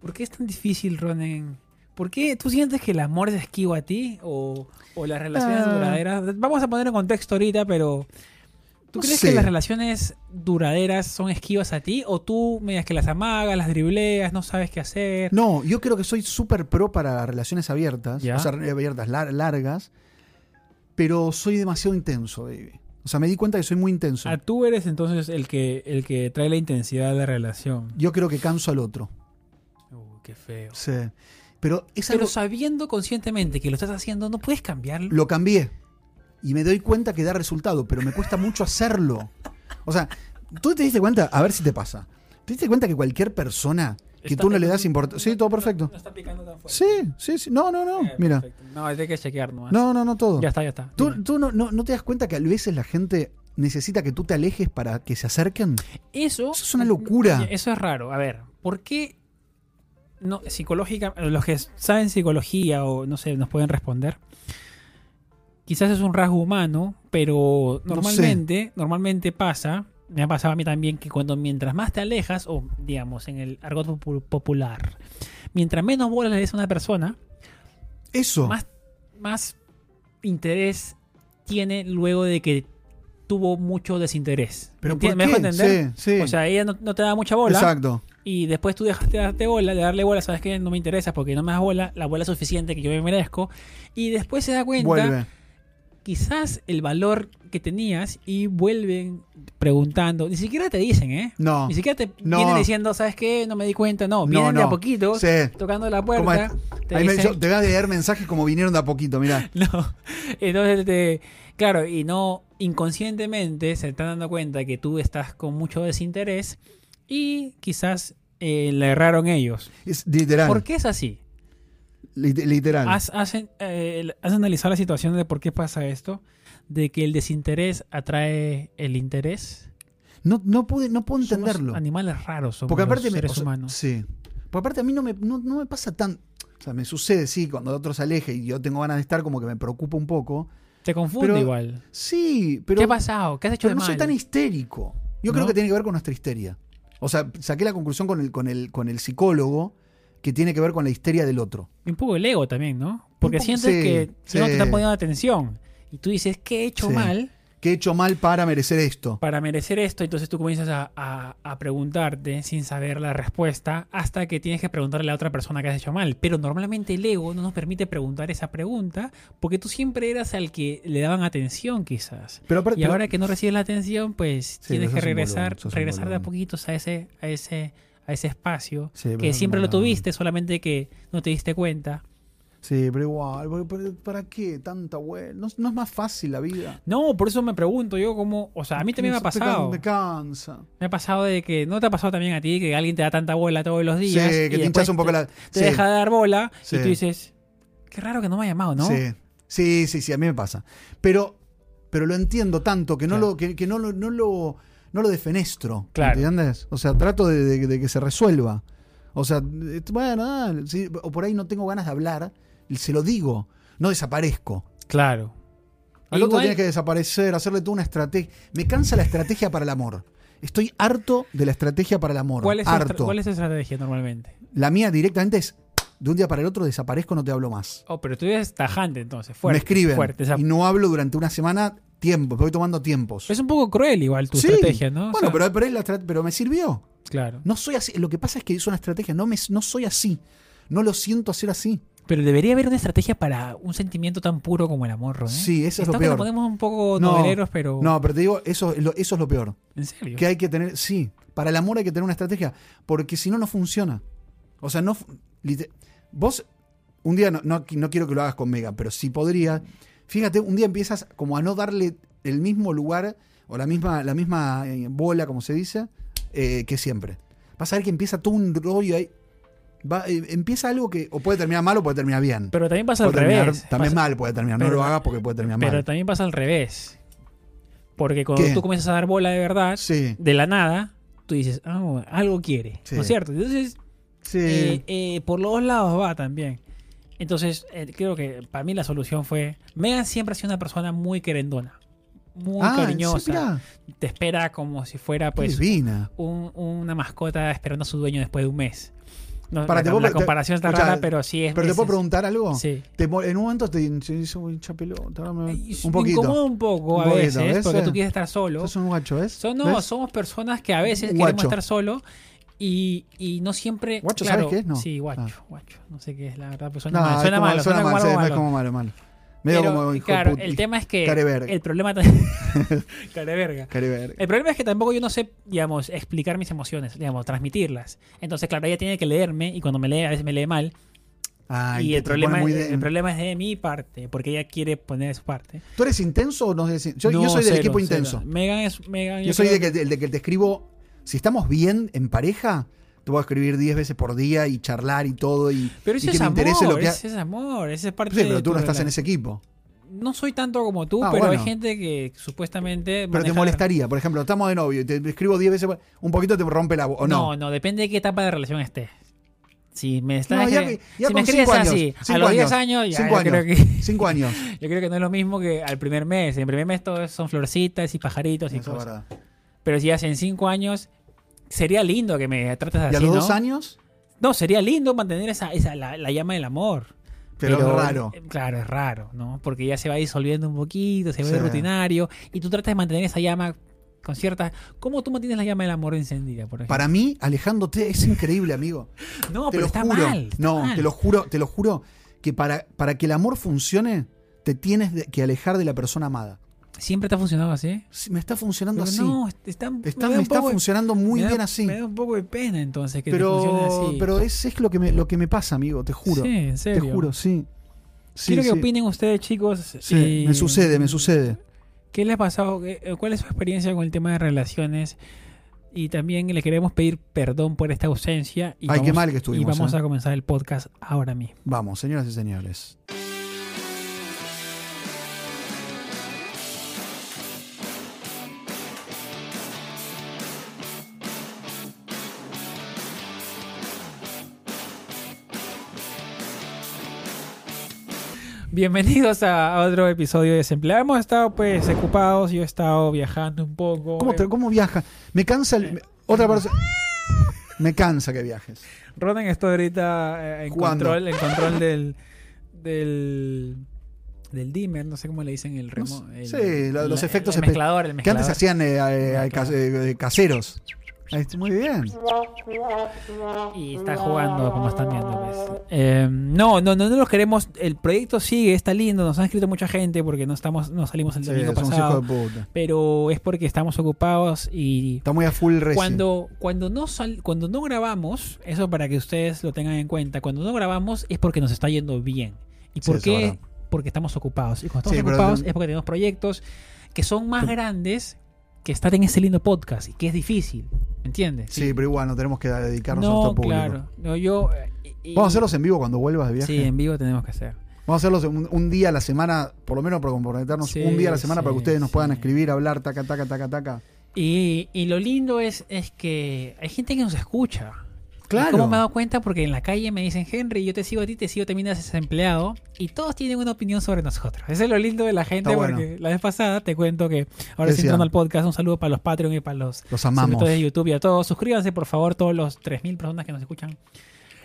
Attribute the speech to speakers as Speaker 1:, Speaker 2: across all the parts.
Speaker 1: ¿Por qué es tan difícil, Ronen? ¿Por qué tú sientes que el amor es esquivo a ti? ¿O, o las relaciones
Speaker 2: Ah.
Speaker 1: duraderas? Vamos a poner en contexto ahorita, pero. ¿Tú
Speaker 2: No
Speaker 1: crees
Speaker 2: sé.
Speaker 1: que las relaciones duraderas son esquivas a ti? ¿O tú medias que las amagas, las dribleas, no sabes qué hacer?
Speaker 2: No, yo creo que soy súper pro para las relaciones abiertas,
Speaker 1: Ya.
Speaker 2: o sea, abiertas lar- largas, pero soy demasiado intenso, baby. O sea, me di cuenta que soy muy intenso.
Speaker 1: Ah, tú eres entonces el que, el que trae la intensidad a la relación.
Speaker 2: Yo creo que canso al otro.
Speaker 1: Uy, qué feo.
Speaker 2: Sí. Pero es
Speaker 1: Pero
Speaker 2: algo,
Speaker 1: sabiendo conscientemente que lo estás haciendo, no puedes cambiarlo.
Speaker 2: lo cambié y me doy cuenta que da resultado, pero me cuesta mucho hacerlo. O sea, tú te diste cuenta, a ver si te pasa. ¿Te diste cuenta que cualquier persona que
Speaker 1: Está-
Speaker 2: tú no le das importancia, sí, todo perfecto.
Speaker 1: No, no está picando tan fuerte.
Speaker 2: Sí, sí, sí. No, no, no.
Speaker 1: Eh,
Speaker 2: Mira.
Speaker 1: perfecto. No, hay que chequear nomás.
Speaker 2: No, no, no todo.
Speaker 1: Ya está, ya está.
Speaker 2: ¿Tú,
Speaker 1: Dime.
Speaker 2: tú no, no, no te das cuenta que a veces la gente necesita que tú te alejes para que se acerquen?
Speaker 1: Eso,
Speaker 2: Eso es una locura.
Speaker 1: Eso es raro. A ver, ¿por qué no, psicológica, los que saben psicología o no sé, nos pueden responder? Quizás es un rasgo humano, pero
Speaker 2: No sé.
Speaker 1: normalmente, normalmente pasa, me ha pasado a mí también que cuando mientras más te alejas, o digamos en el argot popu- popular, mientras menos bolas le des a una persona,
Speaker 2: Eso.
Speaker 1: Más- más interés tiene luego de que tuvo mucho desinterés.
Speaker 2: ¿Pero
Speaker 1: ¿Me
Speaker 2: por
Speaker 1: entiendes? ¿Me dejo
Speaker 2: qué?
Speaker 1: entender?
Speaker 2: Sí, sí.
Speaker 1: O sea, ella no, no te da mucha bola.
Speaker 2: Exacto.
Speaker 1: Y después tú dejaste de darte bola, de darle bola, sabes que no me interesa porque no me das bola, la bola es suficiente que yo me merezco. Y después se da cuenta,
Speaker 2: Vuelve.
Speaker 1: quizás el valor que tenías y vuelven preguntando. Ni siquiera te dicen, ¿eh?
Speaker 2: No.
Speaker 1: Ni siquiera te
Speaker 2: No.
Speaker 1: vienen diciendo, ¿sabes qué? No me di cuenta. No,
Speaker 2: No,
Speaker 1: vienen de a
Speaker 2: no.
Speaker 1: poquito,
Speaker 2: Sí.
Speaker 1: tocando la
Speaker 2: ¿Cómo
Speaker 1: puerta.
Speaker 2: es?
Speaker 1: Te
Speaker 2: Ahí me-
Speaker 1: dicen,
Speaker 2: yo- te voy a leer mensajes como vinieron de a poquito, mirá.
Speaker 1: no. Entonces, te- claro, y no inconscientemente se están dando cuenta que tú estás con mucho desinterés y quizás eh, la erraron ellos.
Speaker 2: Es literal.
Speaker 1: ¿Por qué es así?
Speaker 2: Lit- literal.
Speaker 1: ¿Has, has en- eh, has analizado la situación de por qué pasa esto? ¿De que el desinterés atrae el interés?
Speaker 2: No, no, pude, no puedo
Speaker 1: Somos
Speaker 2: entenderlo.
Speaker 1: animales raros somos
Speaker 2: Porque aparte
Speaker 1: los
Speaker 2: me,
Speaker 1: seres
Speaker 2: o sea,
Speaker 1: humanos.
Speaker 2: Sí. Porque aparte a mí no me, no, no me pasa tan. O sea, me sucede, sí, cuando otro se aleja y yo tengo ganas de estar, como que me preocupa un poco.
Speaker 1: Te confunde
Speaker 2: pero-
Speaker 1: igual.
Speaker 2: Sí, pero.
Speaker 1: ¿Qué ha pasado? ¿Qué has hecho
Speaker 2: Pero
Speaker 1: de
Speaker 2: no soy
Speaker 1: mal?
Speaker 2: tan histérico. Yo creo
Speaker 1: ¿No?
Speaker 2: que tiene que ver con nuestra histeria. O sea, saqué la conclusión con el, con el, con el psicólogo que tiene que ver con la histeria del otro.
Speaker 1: un poco el ego también, ¿no? Porque
Speaker 2: poco-
Speaker 1: sientes
Speaker 2: sí,
Speaker 1: que no
Speaker 2: sí.
Speaker 1: te están poniendo atención. Y tú dices, ¿qué he hecho
Speaker 2: Sí.
Speaker 1: mal
Speaker 2: ¿Qué he hecho mal para merecer esto?
Speaker 1: para merecer esto? Entonces tú comienzas a, a- a preguntarte sin saber la respuesta hasta que tienes que preguntarle a la otra persona que has hecho mal. Pero normalmente el ego no nos permite preguntar esa pregunta porque tú siempre eras al que le daban atención quizás.
Speaker 2: Pero aparte,
Speaker 1: Y ahora que no recibes la atención, pues
Speaker 2: Sí,
Speaker 1: tienes
Speaker 2: pero
Speaker 1: que
Speaker 2: sos un
Speaker 1: regresar,
Speaker 2: bolón, sos un
Speaker 1: regresar de a
Speaker 2: bolón.
Speaker 1: poquitos a ese, a ese, a ese espacio
Speaker 2: Sí, pero
Speaker 1: que
Speaker 2: sos un
Speaker 1: siempre lo
Speaker 2: bolón.
Speaker 1: tuviste, solamente que no te diste cuenta.
Speaker 2: Sí, pero igual, pero- pero ¿para qué tanta vuelta? No, no es más fácil la vida.
Speaker 1: No, por eso me pregunto yo cómo, o sea, a mí también me ha
Speaker 2: Eso te can-
Speaker 1: pasado.
Speaker 2: Me cansa.
Speaker 1: Me ha pasado de que no te ha pasado también a ti que alguien te da tanta bola todos los días
Speaker 2: sí, que
Speaker 1: y
Speaker 2: te
Speaker 1: después
Speaker 2: hinchas un poco
Speaker 1: te,
Speaker 2: la.
Speaker 1: te
Speaker 2: sí,
Speaker 1: deja de dar bola
Speaker 2: Sí.
Speaker 1: y tú dices, qué raro que no me ha llamado, ¿no?
Speaker 2: Sí. sí, sí, sí, a mí me pasa. Pero, pero lo entiendo tanto que no
Speaker 1: Claro.
Speaker 2: lo, que, que no lo, no lo, no lo defenestro.
Speaker 1: Claro.
Speaker 2: ¿Entiendes? O sea, trato de, de- de que se resuelva. O sea, eh, bueno, dale, sí, o por ahí no tengo ganas de hablar, y se lo digo, no desaparezco.
Speaker 1: Claro.
Speaker 2: Al otro
Speaker 1: Igual-
Speaker 2: tienes que desaparecer, hacerle tú una estrategia. Me cansa la estrategia para el amor. Estoy harto de la estrategia para el amor.
Speaker 1: ¿cuál, es tu estra-
Speaker 2: harto.
Speaker 1: cuál es tu estrategia normalmente?
Speaker 2: La mía directamente es de un día para el otro desaparezco, no te hablo más.
Speaker 1: Oh, pero tú eres tajante entonces, fuerte.
Speaker 2: me escriben
Speaker 1: fuerte, o sea,
Speaker 2: y no hablo durante una semana tiempo, voy tomando tiempos.
Speaker 1: Es un poco cruel igual tu
Speaker 2: Sí.
Speaker 1: estrategia, ¿no? O
Speaker 2: Bueno,
Speaker 1: sea,
Speaker 2: pero, pero, es la estra- pero me sirvió.
Speaker 1: Claro.
Speaker 2: No soy así. Lo que pasa es que es una estrategia. No, me, no soy así. No lo siento hacer así.
Speaker 1: Pero debería haber una estrategia para un sentimiento tan puro como el amor, ¿no?
Speaker 2: Sí, eso es lo
Speaker 1: Estamos que nos
Speaker 2: peor.
Speaker 1: ponemos un poco
Speaker 2: No,
Speaker 1: noveleros, pero...
Speaker 2: No, pero te digo, eso, es lo- eso es lo peor.
Speaker 1: ¿En serio?
Speaker 2: Que hay que tener. Sí, para el amor hay que tener una estrategia. Porque si no, no funciona. O sea, no. fu- lite- Vos, un día, no, no, no quiero que lo hagas con Mega, pero si podría. Fíjate, un día empiezas como a no darle el mismo lugar o la misma, la misma eh, bola, como se dice, eh, que siempre. Vas a ver que empieza todo un rollo ahí. Va, eh, empieza algo que o puede terminar mal o puede terminar bien.
Speaker 1: Pero también pasa al
Speaker 2: Puede terminar-
Speaker 1: revés.
Speaker 2: también
Speaker 1: Pasa-
Speaker 2: mal puede terminar. no
Speaker 1: pero-
Speaker 2: lo hagas porque puede terminar
Speaker 1: Pero
Speaker 2: Ah, mal.
Speaker 1: también pasa al revés. Porque cuando
Speaker 2: ¿Qué?
Speaker 1: tú comienzas a dar bola de verdad,
Speaker 2: Sí,
Speaker 1: de la nada, tú dices, "Ah, algo quiere.
Speaker 2: Sí.
Speaker 1: ¿No es cierto? Entonces,
Speaker 2: sí.
Speaker 1: eh, eh, por los dos lados va también. Entonces, eh, creo que para mí la solución fue. Megan siempre ha sido una persona muy querendona, muy
Speaker 2: Ah, sí,
Speaker 1: cariñosa.
Speaker 2: mirá,
Speaker 1: Te espera como si fuera,
Speaker 2: qué
Speaker 1: pues,
Speaker 2: divina.
Speaker 1: un- una mascota esperando a su dueño después de un mes. No,
Speaker 2: Para,
Speaker 1: la,
Speaker 2: te puedo-
Speaker 1: la
Speaker 2: te-
Speaker 1: comparación está
Speaker 2: escuchá,
Speaker 1: rara, pero sí es.
Speaker 2: ¿Pero te
Speaker 1: es-
Speaker 2: puedo preguntar algo?
Speaker 1: Sí.
Speaker 2: Te mo- en un momento te te dice, "Uy, hincha pelota, ahora me-
Speaker 1: Y
Speaker 2: un
Speaker 1: me
Speaker 2: poquito.
Speaker 1: incomoda un poco a
Speaker 2: Un poquito,
Speaker 1: veces,
Speaker 2: ¿ves?
Speaker 1: porque tú quieres estar solo.
Speaker 2: Sos un guacho, ¿ves?
Speaker 1: Son- no,
Speaker 2: ¿Ves?
Speaker 1: somos personas que a veces queremos
Speaker 2: Guacho.
Speaker 1: estar solo y, y no siempre.
Speaker 2: Guacho,
Speaker 1: claro,
Speaker 2: ¿sabes qué es? No.
Speaker 1: Sí, guacho,
Speaker 2: Ah.
Speaker 1: guacho. No sé qué es, la verdad, pero
Speaker 2: No,
Speaker 1: suena mal.
Speaker 2: es
Speaker 1: Suena
Speaker 2: como-
Speaker 1: malo, suena,
Speaker 2: mal,
Speaker 1: como
Speaker 2: sí,
Speaker 1: algo
Speaker 2: no es
Speaker 1: malo.
Speaker 2: como malo, malo. Medio
Speaker 1: Pero,
Speaker 2: como hijo
Speaker 1: claro,
Speaker 2: de puta.
Speaker 1: el tema es que.
Speaker 2: Careverga.
Speaker 1: El problema. ta- Careverga.
Speaker 2: Careverga.
Speaker 1: El problema es que tampoco yo no sé, digamos, explicar mis emociones, digamos, transmitirlas. Entonces, claro, ella tiene que leerme y cuando me lee, a veces me lee mal.
Speaker 2: Ah,
Speaker 1: y
Speaker 2: te-
Speaker 1: el
Speaker 2: te pone
Speaker 1: problema,
Speaker 2: muy
Speaker 1: es-
Speaker 2: de-
Speaker 1: el problema es de mi parte, porque ella quiere poner de su parte.
Speaker 2: ¿Tú eres intenso o no eres in- yo, yo
Speaker 1: No,
Speaker 2: soy del
Speaker 1: cero,
Speaker 2: equipo
Speaker 1: cero.
Speaker 2: intenso.
Speaker 1: Megan es. Megan,
Speaker 2: Yo soy
Speaker 1: creo-
Speaker 2: de que, el de que te escribo. Si estamos bien en pareja, te voy a escribir 10 veces por día y charlar y todo. Y,
Speaker 1: Pero
Speaker 2: y
Speaker 1: ese
Speaker 2: que
Speaker 1: es
Speaker 2: me
Speaker 1: amor,
Speaker 2: interese lo que. ha-
Speaker 1: ese es amor, ese es parte
Speaker 2: Sí, pero
Speaker 1: de
Speaker 2: tú
Speaker 1: tu
Speaker 2: no estás en
Speaker 1: relación.
Speaker 2: ese equipo.
Speaker 1: No soy tanto como tú,
Speaker 2: Ah,
Speaker 1: pero
Speaker 2: bueno.
Speaker 1: hay gente que supuestamente.
Speaker 2: Pero te
Speaker 1: maneja-
Speaker 2: molestaría. Por ejemplo, estamos de novio y te escribo 10 veces. por- Un poquito te rompe la voz. ¿O no?
Speaker 1: No, no, depende de qué etapa de relación estés. Si me estás.
Speaker 2: No, ya
Speaker 1: escri-
Speaker 2: que- ya
Speaker 1: E. si
Speaker 2: con
Speaker 1: me escribes
Speaker 2: cinco años,
Speaker 1: así, a
Speaker 2: cinco
Speaker 1: los 10
Speaker 2: años,
Speaker 1: años, ya,
Speaker 2: cinco
Speaker 1: yo, creo
Speaker 2: años.
Speaker 1: que,
Speaker 2: Cinco años.
Speaker 1: yo creo que no es lo mismo que al primer mes. En el primer mes todo son florcitas y pajaritos y
Speaker 2: Eso es
Speaker 1: cosas.
Speaker 2: verdad.
Speaker 1: Pero si hacen 5 años, sería lindo que me trates así.
Speaker 2: Y a los
Speaker 1: ¿no?
Speaker 2: dos años,
Speaker 1: No, sería lindo mantener esa, esa la, la llama del amor.
Speaker 2: pero, es raro.
Speaker 1: eh, Claro, es raro, ¿no? Porque ya se va disolviendo un poquito, se vuelve
Speaker 2: Sí.
Speaker 1: rutinario. Y tú tratas de mantener esa llama con ciertas. ¿Cómo tú mantienes la llama del amor encendida, por ejemplo?
Speaker 2: Para mí, Alejandro T es increíble, amigo.
Speaker 1: eh, no,
Speaker 2: te
Speaker 1: pero
Speaker 2: lo
Speaker 1: está
Speaker 2: juro.
Speaker 1: mal. está
Speaker 2: no,
Speaker 1: mal.
Speaker 2: te lo juro, te lo juro que para, para que el amor funcione, te tienes de- que alejar de la persona amada.
Speaker 1: Siempre te ha funcionado así.
Speaker 2: Sí, me está funcionando
Speaker 1: Pero
Speaker 2: así.
Speaker 1: no, está, me
Speaker 2: Está-
Speaker 1: da
Speaker 2: me
Speaker 1: un
Speaker 2: está
Speaker 1: poco de-
Speaker 2: funcionando muy
Speaker 1: me da-
Speaker 2: bien así.
Speaker 1: Me da un poco de pena entonces que te funcione
Speaker 2: Pero,
Speaker 1: así.
Speaker 2: pero es, es lo, que me, lo que me pasa, amigo, te juro.
Speaker 1: Sí, en
Speaker 2: te
Speaker 1: serio.
Speaker 2: juro, sí. Sí,
Speaker 1: Quiero que
Speaker 2: sí.
Speaker 1: opinen ustedes, chicos.
Speaker 2: Sí,
Speaker 1: y-
Speaker 2: Me sucede, me sucede.
Speaker 1: ¿Qué les ha pasado? ¿Qué- eh, ¿Cuál es su experiencia con el tema de relaciones? Y también le queremos pedir perdón por esta ausencia. Y
Speaker 2: Ay, qué mal que estuvimos,
Speaker 1: Y vamos
Speaker 2: ¿eh?
Speaker 1: a comenzar el podcast ahora mismo.
Speaker 2: Vamos, señoras y señores.
Speaker 1: Bienvenidos a a otro episodio de Desempleado. Hemos estado pues ocupados, yo he estado viajando un poco.
Speaker 2: ¿Cómo, te- cómo viaja? Me cansa
Speaker 1: Eh.
Speaker 2: el- me- otra persona. Me cansa que viajes.
Speaker 1: Ronan está ahorita eh, en
Speaker 2: Jugando.
Speaker 1: control, en control del, del del dimmer, no sé cómo le dicen el
Speaker 2: No sé.
Speaker 1: remo. el-
Speaker 2: Sí, lo-
Speaker 1: el-
Speaker 2: los
Speaker 1: el-
Speaker 2: efectos
Speaker 1: el
Speaker 2: espe-
Speaker 1: mezclador, el
Speaker 2: Que antes
Speaker 1: mezclador.
Speaker 2: se hacían eh, eh,
Speaker 1: Claro.
Speaker 2: cas- eh, caseros. Ahí está, Muy bien.
Speaker 1: Y está jugando, como están viendo. pues. Eh, no, no, no, no los queremos. El proyecto sigue, está lindo. Nos han escrito mucha gente porque no estamos, no salimos el
Speaker 2: Sí,
Speaker 1: domingo
Speaker 2: somos
Speaker 1: pasado.
Speaker 2: hijos de puta.
Speaker 1: Pero es porque estamos ocupados y
Speaker 2: Está muy a full recién.
Speaker 1: cuando, cuando no sal, cuando no grabamos, eso para que ustedes lo tengan en cuenta, cuando no grabamos es porque nos está yendo bien. ¿Y
Speaker 2: Sí,
Speaker 1: por
Speaker 2: eso es
Speaker 1: qué?
Speaker 2: verdad.
Speaker 1: Porque estamos ocupados. Y cuando estamos
Speaker 2: Sí, pero-
Speaker 1: ocupados es porque tenemos proyectos que son más grandes que estar en ese lindo podcast y que es difícil. ¿Entiendes?
Speaker 2: Sí, pero igual no tenemos que dedicarnos a
Speaker 1: No,
Speaker 2: nuestro público.
Speaker 1: claro. No, yo, eh, y-
Speaker 2: Vamos a hacerlos en vivo cuando vuelvas de viaje.
Speaker 1: Sí, en vivo tenemos que hacer.
Speaker 2: Vamos a hacerlos un, un día a la semana, por lo menos para comprometernos
Speaker 1: Sí,
Speaker 2: un día a la semana
Speaker 1: sí,
Speaker 2: para que ustedes nos puedan
Speaker 1: sí.
Speaker 2: escribir, hablar, taca, taca, taca, taca.
Speaker 1: Y, y lo lindo es, es que hay gente que nos escucha.
Speaker 2: Claro.
Speaker 1: ¿Cómo me he dado cuenta? Porque en la calle me dicen, Henry, yo te sigo a ti, te sigo también a desempleado. Y todos tienen una opinión sobre nosotros. Eso es lo lindo de la gente,
Speaker 2: Está bueno.
Speaker 1: porque la vez pasada te cuento que ahora sí
Speaker 2: Decía.
Speaker 1: entrando al podcast, un saludo para los Patreon y para los
Speaker 2: Los
Speaker 1: suscriptores
Speaker 2: amamos.
Speaker 1: de YouTube y a todos. Suscríbanse, por favor, todos los 3.000 personas que nos escuchan.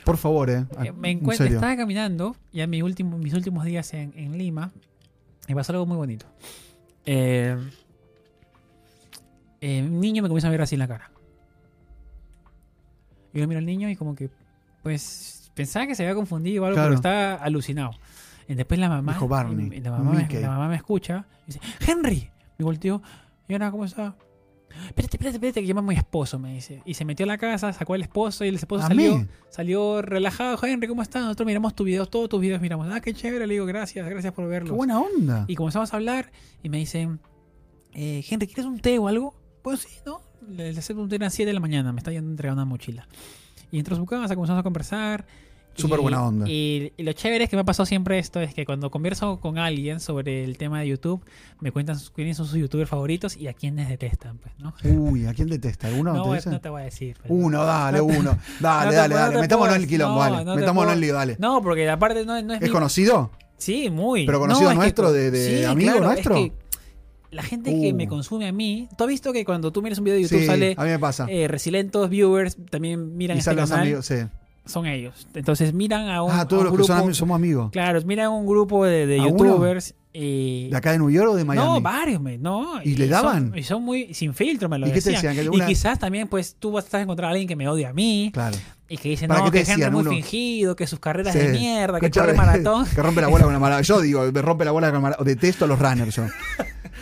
Speaker 2: Por favor, eh.
Speaker 1: Eh, Me
Speaker 2: en
Speaker 1: encuentro,
Speaker 2: serio.
Speaker 1: estaba caminando ya mi último, mis últimos días en, en Lima. Me pasó algo muy bonito. Eh, eh, un niño me comienza a mirar así en la cara. Yo lo miro al niño y como que, pues, pensaba que se había confundido o algo,
Speaker 2: Claro.
Speaker 1: pero estaba alucinado. Y después la mamá,
Speaker 2: Dijo Barney,
Speaker 1: y la, mamá me,
Speaker 2: Mickey.
Speaker 1: la mamá me escucha y dice, Henry, me volteó. Y ahora, ¿cómo está? Espérate, espérate, espérate, que llama a mi esposo, me dice. Y se metió a la casa, sacó al esposo y el esposo
Speaker 2: ¿A
Speaker 1: salió.
Speaker 2: mí?
Speaker 1: Salió relajado, Henry, ¿cómo estás? Nosotros miramos tus videos, todos tus videos miramos. Ah, qué chévere, le digo, gracias, gracias por
Speaker 2: Qué
Speaker 1: verlo.
Speaker 2: buena onda.
Speaker 1: Y comenzamos a hablar y me dicen, eh, Henry, ¿quieres un té o algo? Pues sí, ¿no? Le, le acepto un té a las 7 de la mañana, me está yendo a entregar una mochila. Y entró a su casa, comenzamos a conversar. y-
Speaker 2: Súper buena onda.
Speaker 1: Y, y lo chévere es que me ha pasado siempre esto, es que cuando converso con alguien sobre el tema de YouTube, me cuentan sus- quiénes son sus youtubers favoritos y a quiénes detestan, pues, ¿no?
Speaker 2: Uy, ¿a quién detesta? ¿Alguno
Speaker 1: No,
Speaker 2: te
Speaker 1: eh,
Speaker 2: dice?
Speaker 1: no te voy a decir. pues, ¿no?
Speaker 2: Uno, dale, uno. Dale,
Speaker 1: No te
Speaker 2: dale,
Speaker 1: puedo-
Speaker 2: dale.
Speaker 1: no te
Speaker 2: Metámonos
Speaker 1: puedo-
Speaker 2: en el quilombo,
Speaker 1: no,
Speaker 2: dale.
Speaker 1: no te
Speaker 2: Metámonos en el
Speaker 1: puedo-
Speaker 2: lío, dale.
Speaker 1: No, porque aparte no, no es,
Speaker 2: ¿Es
Speaker 1: mi-
Speaker 2: conocido?
Speaker 1: Sí, muy.
Speaker 2: ¿Pero conocido
Speaker 1: es que-
Speaker 2: nuestro, de- de amigo
Speaker 1: es
Speaker 2: nuestro?
Speaker 1: que la gente que
Speaker 2: Uh.
Speaker 1: me consume a mí, ¿tú has visto que cuando tú miras un video de YouTube
Speaker 2: Sí,
Speaker 1: sale
Speaker 2: a mí me pasa.
Speaker 1: eh, resilientos viewers también miran
Speaker 2: y
Speaker 1: este
Speaker 2: salen los
Speaker 1: canal?
Speaker 2: amigos, sí.
Speaker 1: son ellos. Entonces miran a un,
Speaker 2: Ah, todos
Speaker 1: a un
Speaker 2: los que son
Speaker 1: grupo-
Speaker 2: ami- somos amigos.
Speaker 1: Claro, miran a un grupo de, de
Speaker 2: ¿A uno?
Speaker 1: youtubers y...
Speaker 2: ¿De acá de New York o de Miami?
Speaker 1: No, varios, me, no.
Speaker 2: ¿Y le
Speaker 1: son-
Speaker 2: daban?
Speaker 1: y son muy sin filtro, me lo
Speaker 2: ¿Y qué te
Speaker 1: decían.
Speaker 2: decían? ¿Que
Speaker 1: Y
Speaker 2: alguna-
Speaker 1: quizás también, pues, tú vas a encontrar a alguien que me odia a mí
Speaker 2: Claro.
Speaker 1: y que dice,
Speaker 2: ¿Para
Speaker 1: no,
Speaker 2: qué te
Speaker 1: que Henry es
Speaker 2: decían?
Speaker 1: muy
Speaker 2: Uno-
Speaker 1: fingido, que sus carreras
Speaker 2: Sí.
Speaker 1: de mierda, que
Speaker 2: Escuchame,
Speaker 1: corre maratón.
Speaker 2: eh, Que rompe la bola con la maratón. Yo digo, me rompe la bola con la maratón. Detesto a los runners yo.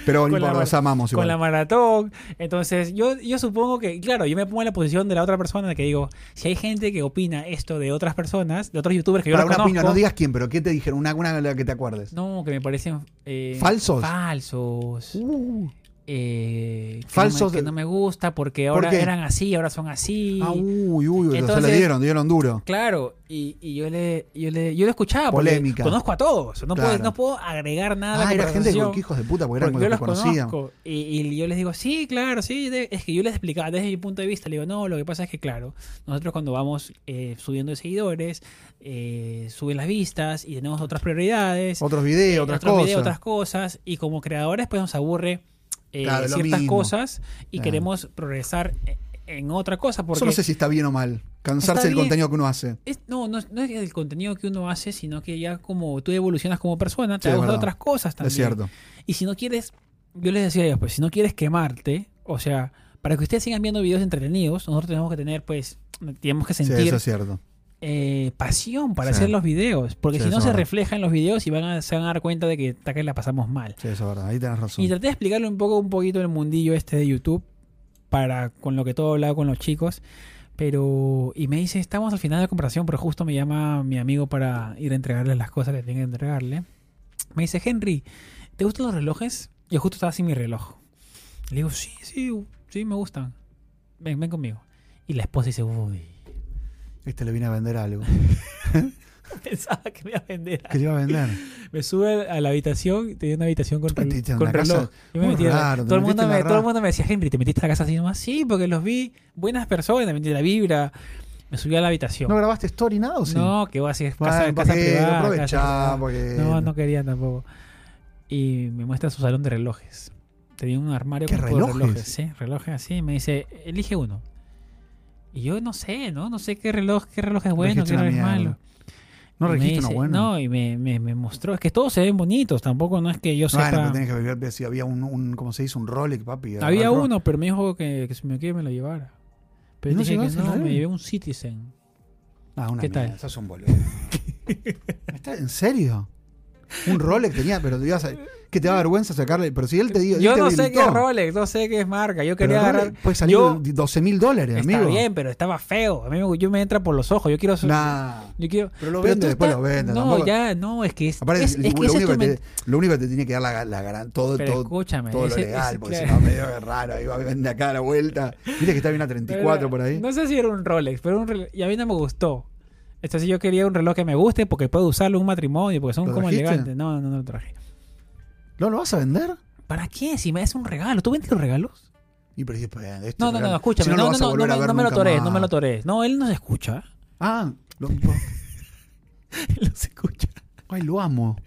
Speaker 2: Pero
Speaker 1: Con
Speaker 2: no
Speaker 1: la
Speaker 2: importa,
Speaker 1: mar-
Speaker 2: los amamos
Speaker 1: con
Speaker 2: igual.
Speaker 1: la maratón. Entonces, yo, yo supongo que, claro, yo me pongo en la posición de la otra persona que digo, si hay gente que opina esto de otras personas, de otros youtubers que yo
Speaker 2: Para
Speaker 1: no
Speaker 2: una
Speaker 1: conozco,
Speaker 2: opinión, no digas quién, pero ¿qué te dijeron? Una, una de la que te acuerdes.
Speaker 1: no, que me parecen eh,
Speaker 2: ¿Falsos?
Speaker 1: falsos,
Speaker 2: Uh,
Speaker 1: eh, que no me-
Speaker 2: Falsos
Speaker 1: que
Speaker 2: de-
Speaker 1: no me gusta porque
Speaker 2: ¿Por
Speaker 1: ahora
Speaker 2: qué?
Speaker 1: eran así, ahora son así.
Speaker 2: ah, uy, uy, uy, se
Speaker 1: Entonces-
Speaker 2: la dieron, dieron duro.
Speaker 1: Claro, y, y yo le, yo le, yo lo escuchaba porque
Speaker 2: Polémica.
Speaker 1: conozco a todos, no, puedo,
Speaker 2: Claro.
Speaker 1: no puedo agregar nada a la
Speaker 2: Ah, era gente
Speaker 1: conversación.
Speaker 2: con que hijos de puta, porque eran
Speaker 1: Porque yo
Speaker 2: los
Speaker 1: los
Speaker 2: que conocían.
Speaker 1: conozco. Y, y yo les digo, sí, claro, sí. de- Es que yo les explicaba desde mi punto de vista. Le digo, no, lo que pasa es que, claro, nosotros cuando vamos eh, subiendo de seguidores, eh, suben las vistas y tenemos otras prioridades,
Speaker 2: Otros videos, otras
Speaker 1: otros
Speaker 2: cosas.
Speaker 1: videos, otras cosas. Y como creadores, pues nos aburre eh,
Speaker 2: Claro, lo
Speaker 1: ciertas
Speaker 2: mismo.
Speaker 1: cosas y
Speaker 2: Claro.
Speaker 1: queremos progresar e- en otra cosa. Porque
Speaker 2: Yo no sé si está bien o mal. Cansarse
Speaker 1: Está
Speaker 2: del
Speaker 1: bien.
Speaker 2: contenido que uno hace.
Speaker 1: es- no, no, es- no es el contenido que uno hace, sino que ya como tú evolucionas como persona,
Speaker 2: Sí,
Speaker 1: te
Speaker 2: es
Speaker 1: gustan
Speaker 2: verdad.
Speaker 1: otras cosas también.
Speaker 2: Es cierto.
Speaker 1: Y si no quieres, yo les decía a ellos, pues si no quieres quemarte, o sea, para que ustedes sigan viendo videos entretenidos, nosotros tenemos que tener, pues, tenemos que
Speaker 2: Sí,
Speaker 1: sentir
Speaker 2: eso es cierto.
Speaker 1: eh, pasión para
Speaker 2: Sí.
Speaker 1: hacer los videos, porque
Speaker 2: Sí,
Speaker 1: si no
Speaker 2: eso
Speaker 1: se
Speaker 2: es verdad.
Speaker 1: refleja en los videos y van a, se van a dar cuenta de que tal vez la pasamos mal.
Speaker 2: Sí, eso es verdad. Ahí tenés razón.
Speaker 1: Y traté de explicarle un poco, un poquito el mundillo este de YouTube, para con lo que todo he hablado con los chicos. Pero, y me dice, estamos al final de la conversación, pero justo me llama mi amigo para ir a entregarle las cosas que tiene que entregarle. Me dice, Henry, ¿te gustan los relojes? Yo justo estaba sin mi reloj. Le digo, sí, sí, sí, me gustan. Ven, ven conmigo. Y la esposa dice, uy,
Speaker 2: Este le viene a vender algo.
Speaker 1: pensaba que me iba a vender.
Speaker 2: ¿Qué le iba a vender?
Speaker 1: Me sube a la habitación, tenía una habitación con,
Speaker 2: Te metiste en
Speaker 1: con
Speaker 2: una
Speaker 1: reloj.
Speaker 2: casa
Speaker 1: Yo me
Speaker 2: muy
Speaker 1: metí a la-
Speaker 2: raro, te
Speaker 1: todo, el
Speaker 2: metiste
Speaker 1: mundo
Speaker 2: en la
Speaker 1: me, todo el
Speaker 2: ra-
Speaker 1: mundo me decía, Henry, te metiste a la casa así nomás. Sí, porque los vi, buenas personas, me metí la vibra. Me subí a la habitación.
Speaker 2: ¿No grabaste story nada o sí?
Speaker 1: No, que va así, es casa,
Speaker 2: Bueno,
Speaker 1: casa
Speaker 2: porque
Speaker 1: privada.
Speaker 2: aprovechá,
Speaker 1: casa privada.
Speaker 2: porque-
Speaker 1: No, no quería tampoco. Y me muestra su salón de relojes. Tenía un armario
Speaker 2: ¿Qué
Speaker 1: con puros
Speaker 2: relojes?
Speaker 1: relojes, sí, relojes así. y Me dice, elige uno. Y yo no sé, ¿no? No sé qué reloj, qué reloj es bueno,
Speaker 2: Elegiste
Speaker 1: qué
Speaker 2: una
Speaker 1: reloj es
Speaker 2: mierda.
Speaker 1: malo.
Speaker 2: No
Speaker 1: Y me
Speaker 2: registro no
Speaker 1: dice-
Speaker 2: bueno.
Speaker 1: No, y me, me- me mostró. Es que todos se ven bonitos. Tampoco no es que yo
Speaker 2: Bueno,
Speaker 1: sepa.
Speaker 2: pero tenés que ver si había un, un ¿cómo se dice? Un Rolex, papi.
Speaker 1: Había
Speaker 2: Rolex.
Speaker 1: uno, pero me dijo que, que si me quería me lo llevara. Pero
Speaker 2: ¿No
Speaker 1: dije que
Speaker 2: llegaste a
Speaker 1: no,
Speaker 2: traer?
Speaker 1: me llevé un Citizen.
Speaker 2: Ah, una
Speaker 1: ¿Qué tal?
Speaker 2: mierda, sos un boludo. ¿Estás- ¿En serio? Un Rolex tenía, pero te ibas a... ¿Qué te da vergüenza sacarle? Pero si él te dio...
Speaker 1: Yo
Speaker 2: él te
Speaker 1: no sé
Speaker 2: habilitó.
Speaker 1: qué es Rolex, no sé qué es marca. Yo
Speaker 2: Pero
Speaker 1: quería
Speaker 2: Rolex
Speaker 1: agarrar.
Speaker 2: Puede salir
Speaker 1: yo-
Speaker 2: 12 mil dólares,
Speaker 1: Está
Speaker 2: amigo.
Speaker 1: bien, pero estaba feo. A mí me, yo me entra por los ojos. Yo quiero.
Speaker 2: Nah.
Speaker 1: Yo quiero.
Speaker 2: Pero lo
Speaker 1: Pero tú
Speaker 2: vende, después
Speaker 1: estás-
Speaker 2: lo vende.
Speaker 1: No,
Speaker 2: tampoco-
Speaker 1: ya, no, es que es.
Speaker 2: Aparte,
Speaker 1: es- es
Speaker 2: lo,
Speaker 1: que esa es
Speaker 2: único
Speaker 1: tu
Speaker 2: que
Speaker 1: men-
Speaker 2: te, lo único que te tiene que dar la, la garan- todo,
Speaker 1: Pero
Speaker 2: todo,
Speaker 1: escúchame.
Speaker 2: todo lo
Speaker 1: ese-
Speaker 2: legal,
Speaker 1: ese-
Speaker 2: porque
Speaker 1: claro.
Speaker 2: si no, medio raro, ahí va a vender acá a la vuelta. Viste que está bien a 34 por ahí.
Speaker 1: No sé si era un Rolex, pero un reloj- y a mí no me gustó. Entonces yo quería un reloj que me guste porque puedo usarlo en un matrimonio, porque son
Speaker 2: ¿Lo
Speaker 1: como
Speaker 2: trajiste?
Speaker 1: elegantes. No, no, no lo traje.
Speaker 2: ¿No lo vas a vender?
Speaker 1: ¿Para qué? Si me haces un regalo. ¿Tú vendes los regalos?
Speaker 2: Y pero, dice, pues, esto es
Speaker 1: No, no, no,
Speaker 2: real.
Speaker 1: escúchame.
Speaker 2: Si
Speaker 1: no,
Speaker 2: lo
Speaker 1: no,
Speaker 2: vas a
Speaker 1: no, no,
Speaker 2: volver a
Speaker 1: me-
Speaker 2: ver
Speaker 1: no me lo
Speaker 2: nunca
Speaker 1: torees, no
Speaker 2: más.
Speaker 1: me lo torees. No, él nos escucha.
Speaker 2: Ah, lo,
Speaker 1: Él nos escucha.
Speaker 2: ay, lo amo.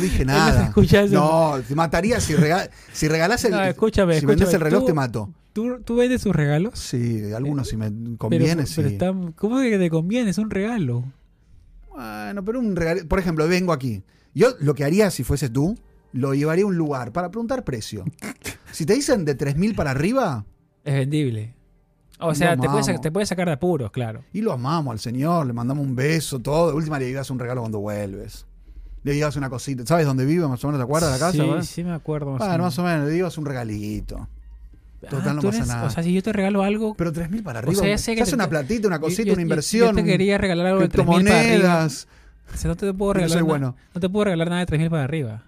Speaker 2: dije
Speaker 1: Él nos
Speaker 2: nada.
Speaker 1: escucha eso.
Speaker 2: No, te mataría si, rega si regalás el.
Speaker 1: No, escúchame,
Speaker 2: si vendés
Speaker 1: escúchame,
Speaker 2: el reloj,
Speaker 1: tú-
Speaker 2: te mato.
Speaker 1: ¿Tú, tú vendes sus regalos?
Speaker 2: Sí, algunos si me
Speaker 1: Pero-
Speaker 2: conviene,
Speaker 1: Eh, pero,
Speaker 2: sí.
Speaker 1: está- ¿Cómo que te conviene? Es un regalo.
Speaker 2: Bueno, pero un regalo. Por ejemplo, vengo aquí. Yo lo que haría si fuese tú, lo llevaría a un lugar para preguntar precio. Si te dicen de 3.000 para arriba,
Speaker 1: Es vendible. O sea,
Speaker 2: Lo
Speaker 1: te puedes,
Speaker 2: amamos.
Speaker 1: te puedes sacar de apuros, claro.
Speaker 2: y lo amamos al señor, le mandamos un beso, todo. De última le llevas un regalo cuando vuelves. Le llevas una cosita. ¿Sabes dónde vive? Más o menos, ¿te acuerdas de la casa?
Speaker 1: Sí,
Speaker 2: ¿verdad?
Speaker 1: sí me acuerdo. más o
Speaker 2: Bueno,
Speaker 1: menos.
Speaker 2: más o menos, le llevas un regalito.
Speaker 1: Ah,
Speaker 2: Total, no
Speaker 1: tú
Speaker 2: pasa
Speaker 1: eres-
Speaker 2: nada.
Speaker 1: O sea, si yo te regalo algo,
Speaker 2: Pero 3.000 para
Speaker 1: O
Speaker 2: arriba.
Speaker 1: sea,
Speaker 2: Ya
Speaker 1: ya sé que te-
Speaker 2: una platita, una cosita,
Speaker 1: Yo- yo-
Speaker 2: una inversión.
Speaker 1: Yo, te quería regalar algo de 3000 para arriba.
Speaker 2: criptomonedas.
Speaker 1: O sea, no te puedo
Speaker 2: Pero
Speaker 1: regalar.
Speaker 2: soy
Speaker 1: na-
Speaker 2: bueno.
Speaker 1: No te puedo regalar nada de 3000 para arriba.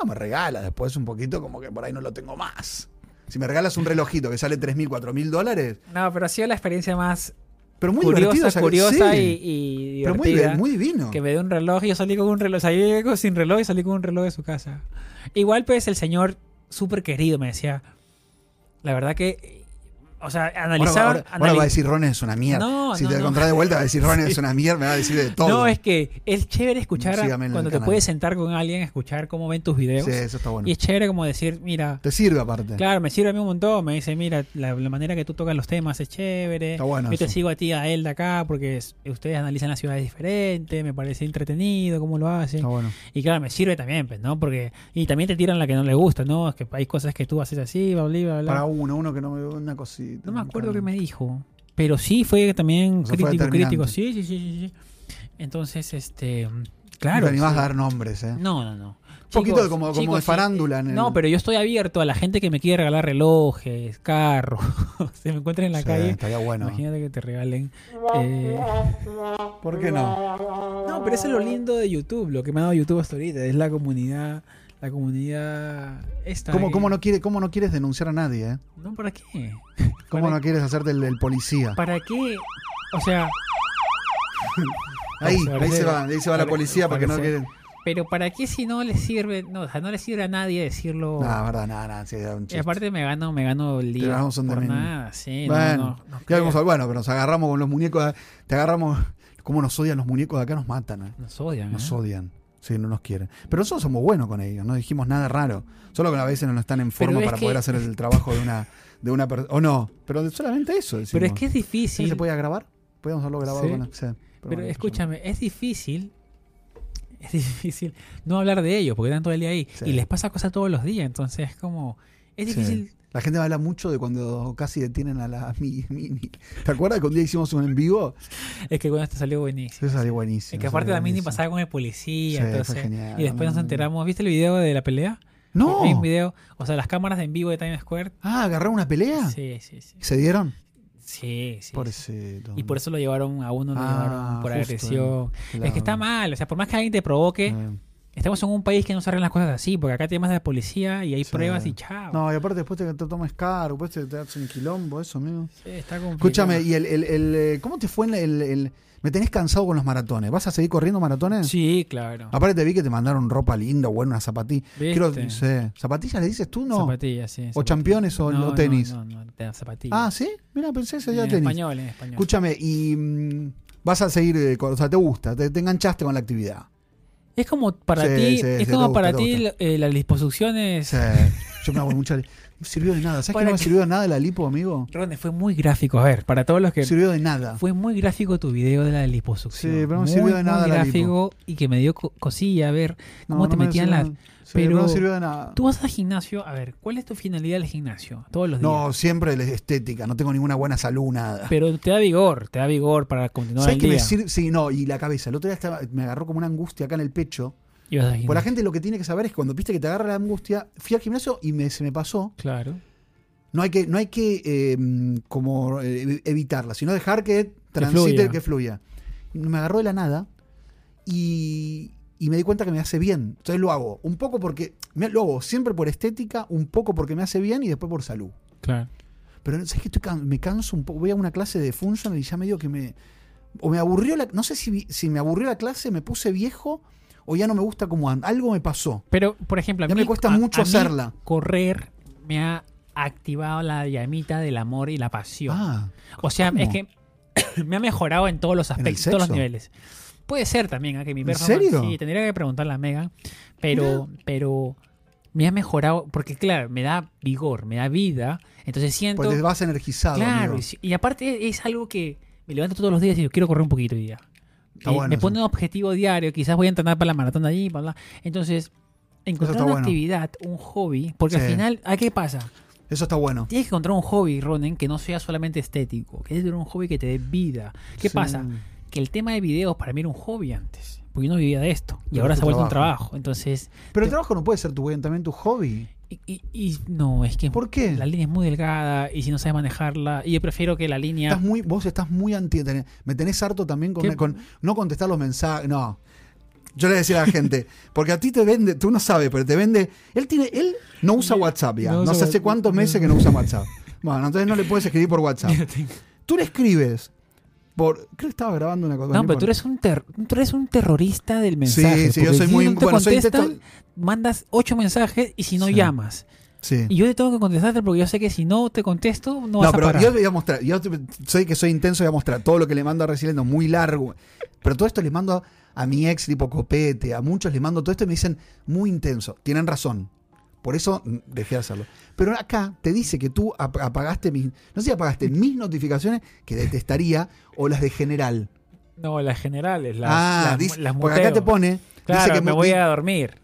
Speaker 2: No, me regalas después un poquito, como que por ahí no lo tengo más. Si me regalas un relojito que sale 3.000, 4.000 dólares,
Speaker 1: No, pero ha sido la experiencia más
Speaker 2: pero muy divertido. o
Speaker 1: curiosa,
Speaker 2: sea,
Speaker 1: curiosa
Speaker 2: sí.
Speaker 1: y, y
Speaker 2: Pero muy,
Speaker 1: divertida.
Speaker 2: di- muy divino.
Speaker 1: Que me dio un reloj y yo salí con un reloj. O sea, yo llego sin reloj y salí con un reloj de su casa. Igual, pues, el señor súper querido me decía, la verdad que, eh, o sea,
Speaker 2: Ahora,
Speaker 1: analizaba.
Speaker 2: ahora- ahora
Speaker 1: anali-
Speaker 2: va a decir Ronen es una mierda.
Speaker 1: No,
Speaker 2: si
Speaker 1: no,
Speaker 2: te
Speaker 1: no.
Speaker 2: encontrás de vuelta va a decir Ronen es
Speaker 1: Sí.
Speaker 2: una mierda, me va a decir de todo.
Speaker 1: No, es que es chévere escuchar a-
Speaker 2: Sígame en el
Speaker 1: cuando te
Speaker 2: canal.
Speaker 1: puedes sentar con alguien a escuchar cómo ven tus videos.
Speaker 2: Sí, eso está bueno.
Speaker 1: Y es chévere como decir, mira,
Speaker 2: Te sirve aparte.
Speaker 1: claro, me sirve a mí un montón. Me dice, mira, la, la manera que tú tocas los temas es chévere.
Speaker 2: Está bueno
Speaker 1: Yo te
Speaker 2: eso.
Speaker 1: sigo a ti, a él de acá, porque es- ustedes analizan las ciudades diferentes. Me parece entretenido cómo lo hacen.
Speaker 2: Está bueno.
Speaker 1: Y claro, me sirve también, pues, ¿no? Porque. Y también te tiran la que no le gusta, ¿no? Es que hay cosas que tú haces así, bla, bla, bla. bla.
Speaker 2: Para uno, uno que no me una cosita.
Speaker 1: No me acuerdo
Speaker 2: que
Speaker 1: qué me dijo. Pero sí fue también
Speaker 2: O sea, fue
Speaker 1: crítico, crítico.
Speaker 2: determinante.
Speaker 1: Sí, sí, sí, sí, sí. Entonces, este.
Speaker 2: Claro.
Speaker 1: Claro.
Speaker 2: No te animás
Speaker 1: sí.
Speaker 2: a dar nombres, ¿eh?
Speaker 1: No, no, no. Un
Speaker 2: poquito de como- como de farándula en el-
Speaker 1: No, pero yo estoy abierto a la gente que me quiere regalar relojes, carros. Se me encuentran en la
Speaker 2: Sí,
Speaker 1: calle.
Speaker 2: Estaría bueno.
Speaker 1: Imagínate que te regalen. eh,
Speaker 2: ¿Por qué no?
Speaker 1: No, pero eso es lo lindo de YouTube, lo que me ha dado YouTube hasta ahorita. Es la comunidad. La comunidad. Esta.
Speaker 2: ¿Cómo,
Speaker 1: que-
Speaker 2: cómo no quiere, ¿Cómo no quieres denunciar a nadie, eh?
Speaker 1: No, ¿para qué?
Speaker 2: ¿Cómo
Speaker 1: ¿Para
Speaker 2: no quieres hacerte el, el policía?
Speaker 1: ¿Para qué? O sea.
Speaker 2: Ahí,
Speaker 1: Parece-
Speaker 2: ahí se va, ahí se va la
Speaker 1: parece-
Speaker 2: policía porque no
Speaker 1: parece-
Speaker 2: quieren.
Speaker 1: Pero ¿para qué si no le sirve? No, o sea, no le sirve a nadie decirlo.
Speaker 2: Nada, verdad, nada, nada, sí, era un
Speaker 1: y
Speaker 2: chiste.
Speaker 1: aparte me gano, me gano el día.
Speaker 2: ganamos un
Speaker 1: por
Speaker 2: domingo.
Speaker 1: nada, sí. no,
Speaker 2: bueno,
Speaker 1: no, no
Speaker 2: ya
Speaker 1: creo.
Speaker 2: vimos, bueno, pero nos agarramos con los muñecos, de- te agarramos, cómo nos odian los muñecos de acá, nos matan, eh.
Speaker 1: Nos odian.
Speaker 2: Nos
Speaker 1: ¿eh?
Speaker 2: odian. Sí, no nos quieren. Pero nosotros somos buenos con ellos, no dijimos nada raro. Solo que a veces no están en forma
Speaker 1: es
Speaker 2: para
Speaker 1: que-
Speaker 2: poder hacer el trabajo de una de una persona. O no, pero de- solamente eso. Decimos.
Speaker 1: Pero es que es
Speaker 2: ¿Sí
Speaker 1: difícil.
Speaker 2: se podía grabar? Podíamos haberlo grabado
Speaker 1: Sí.
Speaker 2: con la- sí, pero
Speaker 1: pero
Speaker 2: bueno,
Speaker 1: escúchame, es difícil. Es difícil no hablar de ellos porque están todo el día ahí.
Speaker 2: Sí.
Speaker 1: Y les pasa cosas todos los días. Entonces es como. Es
Speaker 2: Sí.
Speaker 1: difícil.
Speaker 2: La gente habla mucho de cuando casi detienen a la mi- Mini. ¿Te acuerdas que un día hicimos un en vivo?
Speaker 1: Es que cuando esto salió buenísimo.
Speaker 2: Eso salió buenísimo.
Speaker 1: Es que aparte
Speaker 2: salió
Speaker 1: la mini
Speaker 2: buenísimo.
Speaker 1: pasaba con el policía.
Speaker 2: Sí, fue
Speaker 1: entonces,
Speaker 2: genial,
Speaker 1: y después nos
Speaker 2: no, no, no.
Speaker 1: enteramos. ¿Viste el video de la pelea?
Speaker 2: ¡No!
Speaker 1: Hay un video. O sea, las cámaras de en vivo de Times Square.
Speaker 2: Ah, ¿agarraron una pelea?
Speaker 1: Sí, sí, sí.
Speaker 2: ¿Se dieron?
Speaker 1: Sí, sí. sí.
Speaker 2: Pobrecito.
Speaker 1: Y por eso lo llevaron a uno, lo
Speaker 2: Ah,
Speaker 1: llevaron por
Speaker 2: justo,
Speaker 1: agresión.
Speaker 2: claro.
Speaker 1: Es que está mal, o sea, por más que alguien te provoque,
Speaker 2: Eh,
Speaker 1: estamos en un país que no se arreglan las cosas así, porque acá temas de policía y hay
Speaker 2: Sí.
Speaker 1: pruebas y chao.
Speaker 2: No, y aparte después te, te tomas caro, después te, te hacen un quilombo, eso, amigo.
Speaker 1: Sí, Está complicado.
Speaker 2: Escúchame, y el, el- el, eh, ¿cómo te fue en el, el- Me tenés cansado con los maratones. ¿Vas a seguir corriendo maratones?
Speaker 1: Sí, claro.
Speaker 2: Aparte te vi que te mandaron ropa linda, bueno, una zapatilla.
Speaker 1: ¿Viste?
Speaker 2: Quiero, no sé, ¿zapatillas le dices tú? No.
Speaker 1: Zapatillas, sí.
Speaker 2: ¿O
Speaker 1: zapatillas.
Speaker 2: championes o,
Speaker 1: No,
Speaker 2: o tenis?
Speaker 1: No, no, no, te- zapatillas.
Speaker 2: Ah, ¿sí? Mira, pensé que sería
Speaker 1: en
Speaker 2: tenis.
Speaker 1: español, en español.
Speaker 2: Escúchame, y mm, vas a seguir, eh, con- o sea, te gusta, te, te enganchaste con la actividad.
Speaker 1: Es como para
Speaker 2: Sí,
Speaker 1: ti,
Speaker 2: sí,
Speaker 1: es
Speaker 2: sí,
Speaker 1: como
Speaker 2: te gusta,
Speaker 1: para
Speaker 2: te
Speaker 1: ti
Speaker 2: gusta.
Speaker 1: eh, las disposiciones.
Speaker 2: Sí, yo me hago mucha... No sirvió de nada. ¿Sabes que
Speaker 1: ¿Para
Speaker 2: no me
Speaker 1: qué?
Speaker 2: sirvió de nada la lipo, amigo?
Speaker 1: Ronde, fue muy gráfico. A ver, para todos los que
Speaker 2: No sirvió de nada.
Speaker 1: Fue muy gráfico tu video de la liposucción.
Speaker 2: Ah. Sí, pero no
Speaker 1: muy,
Speaker 2: sirvió de
Speaker 1: muy
Speaker 2: nada la
Speaker 1: gráfico y que me dio co- cosilla a ver
Speaker 2: No,
Speaker 1: cómo
Speaker 2: no
Speaker 1: te
Speaker 2: me
Speaker 1: metían
Speaker 2: sirvió-
Speaker 1: las.
Speaker 2: sí,
Speaker 1: pero-
Speaker 2: no sirvió de nada.
Speaker 1: Tú vas al gimnasio, a ver, ¿cuál es tu finalidad del gimnasio? Todos los días.
Speaker 2: No, siempre la estética, no tengo ninguna buena salud, nada.
Speaker 1: Pero te da vigor, te da vigor para continuar
Speaker 2: ¿Sabes
Speaker 1: el
Speaker 2: que me
Speaker 1: día.
Speaker 2: sirve? Sí, no, y la cabeza. El otro día estaba- me agarró como una angustia acá en el pecho.
Speaker 1: Y vas al
Speaker 2: Por la
Speaker 1: gimnasio.
Speaker 2: gente lo que tiene que saber es que cuando viste que te agarra la angustia, fui al gimnasio y me, se me pasó.
Speaker 1: Claro.
Speaker 2: No hay que, no hay que eh, mm, como eh, evitarla, sino dejar que transite,
Speaker 1: fluya.
Speaker 2: que fluya. Me agarró de la nada y, y me di cuenta que me hace bien. Entonces lo hago, un poco porque, me- lo hago siempre por estética, un poco porque me hace bien y después por salud.
Speaker 1: Claro.
Speaker 2: Pero ¿sabes que estoy can- me canso un poco. Voy a una clase de functional y ya me digo que me. O me aburrió la. No sé si, vi- si me aburrió la clase, me puse viejo o ya no me gusta como an- Algo me pasó.
Speaker 1: Pero, por ejemplo, a
Speaker 2: Ya
Speaker 1: mí,
Speaker 2: me cuesta
Speaker 1: a-
Speaker 2: mucho
Speaker 1: a mí
Speaker 2: hacerla.
Speaker 1: Correr me ha activado la llamita del amor y la pasión.
Speaker 2: Ah,
Speaker 1: o sea,
Speaker 2: ¿cómo?
Speaker 1: es que me ha mejorado en todos los
Speaker 2: el
Speaker 1: aspectos, todos los
Speaker 2: sexo?
Speaker 1: niveles. Puede ser también, ¿ah? que mi
Speaker 2: ¿En
Speaker 1: performance.
Speaker 2: serio?
Speaker 1: Sí, tendría que preguntarle a Megan. Pero, pero me ha mejorado, porque claro, me da vigor, me da vida. Entonces siento.
Speaker 2: pues te vas energizado.
Speaker 1: claro,
Speaker 2: amigo.
Speaker 1: y, si- y aparte es algo que me levanto todos los días y digo, quiero correr un poquito hoy día.
Speaker 2: Está
Speaker 1: Y
Speaker 2: bueno
Speaker 1: me
Speaker 2: eso.
Speaker 1: pone un objetivo diario, quizás voy a entrenar para la maratón de allí, bla, bla. Entonces, encontrar
Speaker 2: está
Speaker 1: una
Speaker 2: bueno.
Speaker 1: actividad, un hobby, porque
Speaker 2: Sí.
Speaker 1: al final, ¿a qué pasa?
Speaker 2: Eso está bueno.
Speaker 1: Tienes que encontrar un hobby, Ronen, que no sea solamente estético, que es un hobby que te dé vida. ¿Qué
Speaker 2: Sí.
Speaker 1: pasa? Que el tema de videos para mí era un hobby antes, porque yo no vivía de esto, y
Speaker 2: Pero
Speaker 1: ahora
Speaker 2: es
Speaker 1: se
Speaker 2: tu
Speaker 1: ha vuelto un
Speaker 2: trabajo.
Speaker 1: trabajo. Entonces,
Speaker 2: Pero el trabajo no puede ser tu, también tu hobby.
Speaker 1: y, y- y no, es que
Speaker 2: ¿Por qué?
Speaker 1: la línea es muy delgada y si no sabes manejarla, y yo prefiero que la línea...
Speaker 2: Estás muy, vos estás muy anti. tenés- Me tenés harto también con,
Speaker 1: ¿Qué?
Speaker 2: con no contestar los mensajes. No. Yo le decía a la gente, porque a ti te vende, tú no sabes, pero te vende. Él tiene, él no usa WhatsApp ya.
Speaker 1: No
Speaker 2: No,
Speaker 1: usa
Speaker 2: sé hace
Speaker 1: WhatsApp.
Speaker 2: cuántos meses que no usa WhatsApp. Bueno, entonces no le puedes escribir por WhatsApp. Tú le escribes por. Creo que estaba grabando una cosa.
Speaker 1: No, pero tú eres un, ter- tú eres un terrorista del mensaje.
Speaker 2: sí, yo
Speaker 1: porque
Speaker 2: soy
Speaker 1: si
Speaker 2: muy-
Speaker 1: no te
Speaker 2: bueno, soy
Speaker 1: contestan,
Speaker 2: texto-
Speaker 1: mandas ocho mensajes y si no
Speaker 2: Sí.
Speaker 1: llamas.
Speaker 2: Sí.
Speaker 1: Y yo te tengo que contestarte porque yo sé que si no te contesto, no, vas
Speaker 2: No,
Speaker 1: a
Speaker 2: pero
Speaker 1: parar.
Speaker 2: yo le voy a mostrar. Yo te- soy que soy intenso y voy a mostrar todo lo que le mando a Resiliendo, muy largo. Pero todo esto le mando a, a mi ex tipo copete, a muchos le mando todo esto y me dicen muy intenso. Tienen razón. Por eso mm, dejé de hacerlo. Pero acá te dice que tú ap- apagaste mis. No sé si apagaste mis notificaciones que detestaría o las de general.
Speaker 1: No, las generales, las,
Speaker 2: ah,
Speaker 1: las-
Speaker 2: dice-
Speaker 1: las
Speaker 2: porque acá
Speaker 1: muteo.
Speaker 2: te pone.
Speaker 1: Claro,
Speaker 2: dice que
Speaker 1: me
Speaker 2: mu-
Speaker 1: voy
Speaker 2: di-
Speaker 1: a dormir.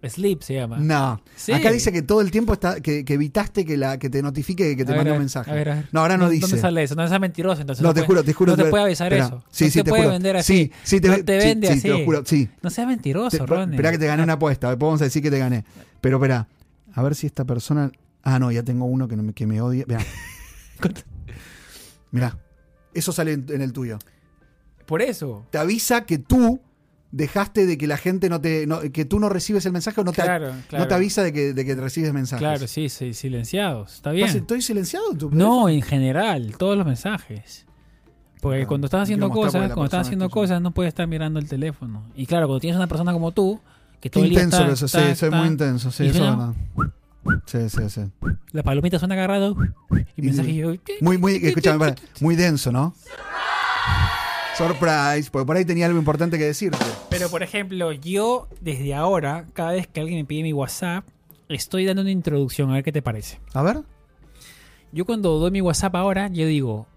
Speaker 1: Sleep se llama.
Speaker 2: No.
Speaker 1: Sí.
Speaker 2: Acá dice que todo el tiempo está, que, que evitaste que, la, que te notifique que te
Speaker 1: A ver,
Speaker 2: mandó
Speaker 1: a ver,
Speaker 2: un mensaje.
Speaker 1: a ver, a ver.
Speaker 2: No, ahora no
Speaker 1: ¿Dó-
Speaker 2: dice.
Speaker 1: ¿Dónde sale eso? No seas mentiroso, entonces.
Speaker 2: No, te
Speaker 1: puede-
Speaker 2: juro, te juro.
Speaker 1: No te
Speaker 2: te-
Speaker 1: puede avisar
Speaker 2: espera.
Speaker 1: eso.
Speaker 2: Sí,
Speaker 1: no
Speaker 2: sí,
Speaker 1: te,
Speaker 2: te
Speaker 1: puede
Speaker 2: juro.
Speaker 1: vender así.
Speaker 2: Sí, sí, te,
Speaker 1: no te
Speaker 2: sí,
Speaker 1: vende
Speaker 2: sí,
Speaker 1: así.
Speaker 2: te lo juro, sí.
Speaker 1: No seas mentiroso, Ronnie.
Speaker 2: Espera que te gané una apuesta. Después vamos a decir que te gané. Pero espera, a ver si esta persona. Ah, no, ya tengo uno que, no me, que me odia. Mirá. Mirá, eso sale en, en el tuyo.
Speaker 1: Por eso.
Speaker 2: Te avisa que tú dejaste de que la gente no te. no- que tú no recibes el mensaje o no te,
Speaker 1: claro, claro.
Speaker 2: no te avisa de que, de que recibes mensajes.
Speaker 1: Claro, sí, sí, silenciados. Está bien.
Speaker 2: Más, ¿Estoy silenciado? en tu-
Speaker 1: No, en general, todos los mensajes. Porque
Speaker 2: Claro,
Speaker 1: cuando estás
Speaker 2: no
Speaker 1: haciendo
Speaker 2: quiero
Speaker 1: cosas,
Speaker 2: mostrar porque la
Speaker 1: cuando estás
Speaker 2: persona
Speaker 1: haciendo
Speaker 2: está escuchando.
Speaker 1: cosas, no puedes estar mirando el teléfono. Y claro, cuando tienes una persona como tú, que
Speaker 2: Qué
Speaker 1: todo el día
Speaker 2: intenso
Speaker 1: está-
Speaker 2: que eso, sí,
Speaker 1: está-
Speaker 2: soy
Speaker 1: está-
Speaker 2: muy intenso, sí,
Speaker 1: y
Speaker 2: eso es
Speaker 1: suena-
Speaker 2: verdad. Sí, sí, sí.
Speaker 1: Las palomitas son agarradas y
Speaker 2: Y-
Speaker 1: mensajes yo.
Speaker 2: Muy, muy, escúchame, para, muy denso, ¿no? Surprise, porque por ahí tenía algo importante que decirte.
Speaker 1: Pero por ejemplo, yo desde ahora, cada vez que alguien me pide mi WhatsApp, estoy dando una introducción, a ver qué te parece.
Speaker 2: A ver.
Speaker 1: Yo cuando doy mi WhatsApp ahora, yo digo,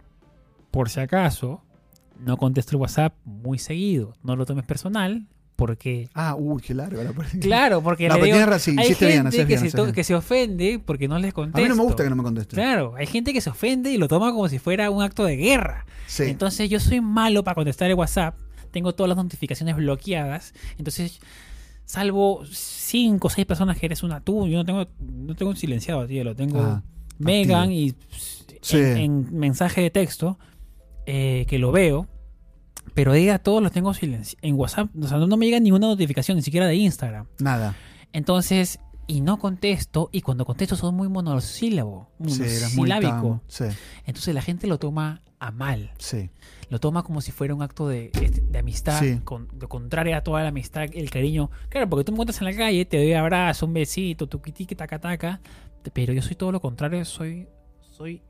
Speaker 1: por si acaso, no contesto el WhatsApp muy seguido, no lo tomes personal, porque...
Speaker 2: Ah, uy, qué largo la parte.
Speaker 1: Claro, porque
Speaker 2: No,
Speaker 1: le
Speaker 2: pero
Speaker 1: digo,
Speaker 2: tienes razón,
Speaker 1: hay
Speaker 2: hiciste
Speaker 1: gente
Speaker 2: bien, haces
Speaker 1: que,
Speaker 2: bien,
Speaker 1: se
Speaker 2: haces
Speaker 1: to-
Speaker 2: bien.
Speaker 1: que se ofende porque no les contesto.
Speaker 2: A mí no me gusta que no me contestes.
Speaker 1: Claro, hay gente que se ofende y lo toma como si fuera un acto de guerra.
Speaker 2: Sí.
Speaker 1: Entonces yo soy malo para contestar el WhatsApp. Tengo todas las notificaciones bloqueadas. Entonces, salvo cinco o seis personas que eres una tú, yo no tengo, no tengo un silenciado, tío. Lo tengo
Speaker 2: Ah,
Speaker 1: Megan y
Speaker 2: Sí.
Speaker 1: en, en mensaje de texto eh, que lo veo. Pero diga, todos los tengo silenci- en WhatsApp. O sea, no, no me llega ninguna notificación, ni siquiera de Instagram.
Speaker 2: nada.
Speaker 1: Entonces, y no contesto. Y cuando contesto, son muy monosílabo,
Speaker 2: Sí, eras muy
Speaker 1: monosilábico.
Speaker 2: tam- Sí,
Speaker 1: Entonces, la gente lo toma a mal
Speaker 2: sí.
Speaker 1: lo toma como si fuera un acto de, este, de amistad,
Speaker 2: Sí.
Speaker 1: con, lo contrario a toda la amistad, el cariño. Claro, porque tú me encuentras en la calle, te doy abrazo, un besito, tu que taca taca, te- pero yo soy todo lo contrario, soy, soy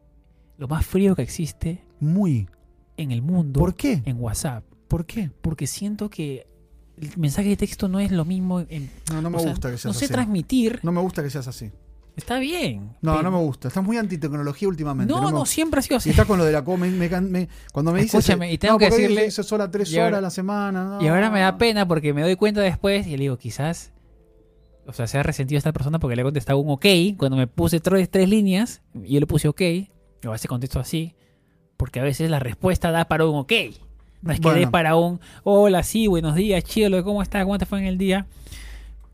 Speaker 1: lo más frío que existe
Speaker 2: Muy.
Speaker 1: en el mundo
Speaker 2: ¿Por qué?
Speaker 1: en WhatsApp,
Speaker 2: ¿Por qué?
Speaker 1: porque siento que el mensaje de texto no es lo mismo. En,
Speaker 2: No, no me
Speaker 1: o sea,
Speaker 2: gusta que seas
Speaker 1: no sé
Speaker 2: así.
Speaker 1: transmitir,
Speaker 2: No me gusta que seas así.
Speaker 1: está bien.
Speaker 2: No,
Speaker 1: pero-
Speaker 2: no me gusta. Estás muy antitecnología últimamente.
Speaker 1: No,
Speaker 2: me
Speaker 1: no,
Speaker 2: gusta.
Speaker 1: siempre ha sido
Speaker 2: Y
Speaker 1: así.
Speaker 2: estás con lo de la come, me, can- me- cuando me dices.
Speaker 1: Escúchame, y tengo
Speaker 2: no,
Speaker 1: que
Speaker 2: porque hoy
Speaker 1: decirle-
Speaker 2: hice sola tres
Speaker 1: y
Speaker 2: horas
Speaker 1: ahora-
Speaker 2: a la semana. no.
Speaker 1: Y ahora me da pena porque me doy cuenta después y le digo, quizás, o sea, se ha resentido esta persona porque le he contestado un ok. Cuando me puse tres, tres líneas, yo le puse ok. O a veces contesto así, porque a veces la respuesta da para un ok. No es que dé
Speaker 2: Bueno.
Speaker 1: para un hola, sí, buenos días, chilo, ¿cómo estás? ¿Cómo te fue en el día?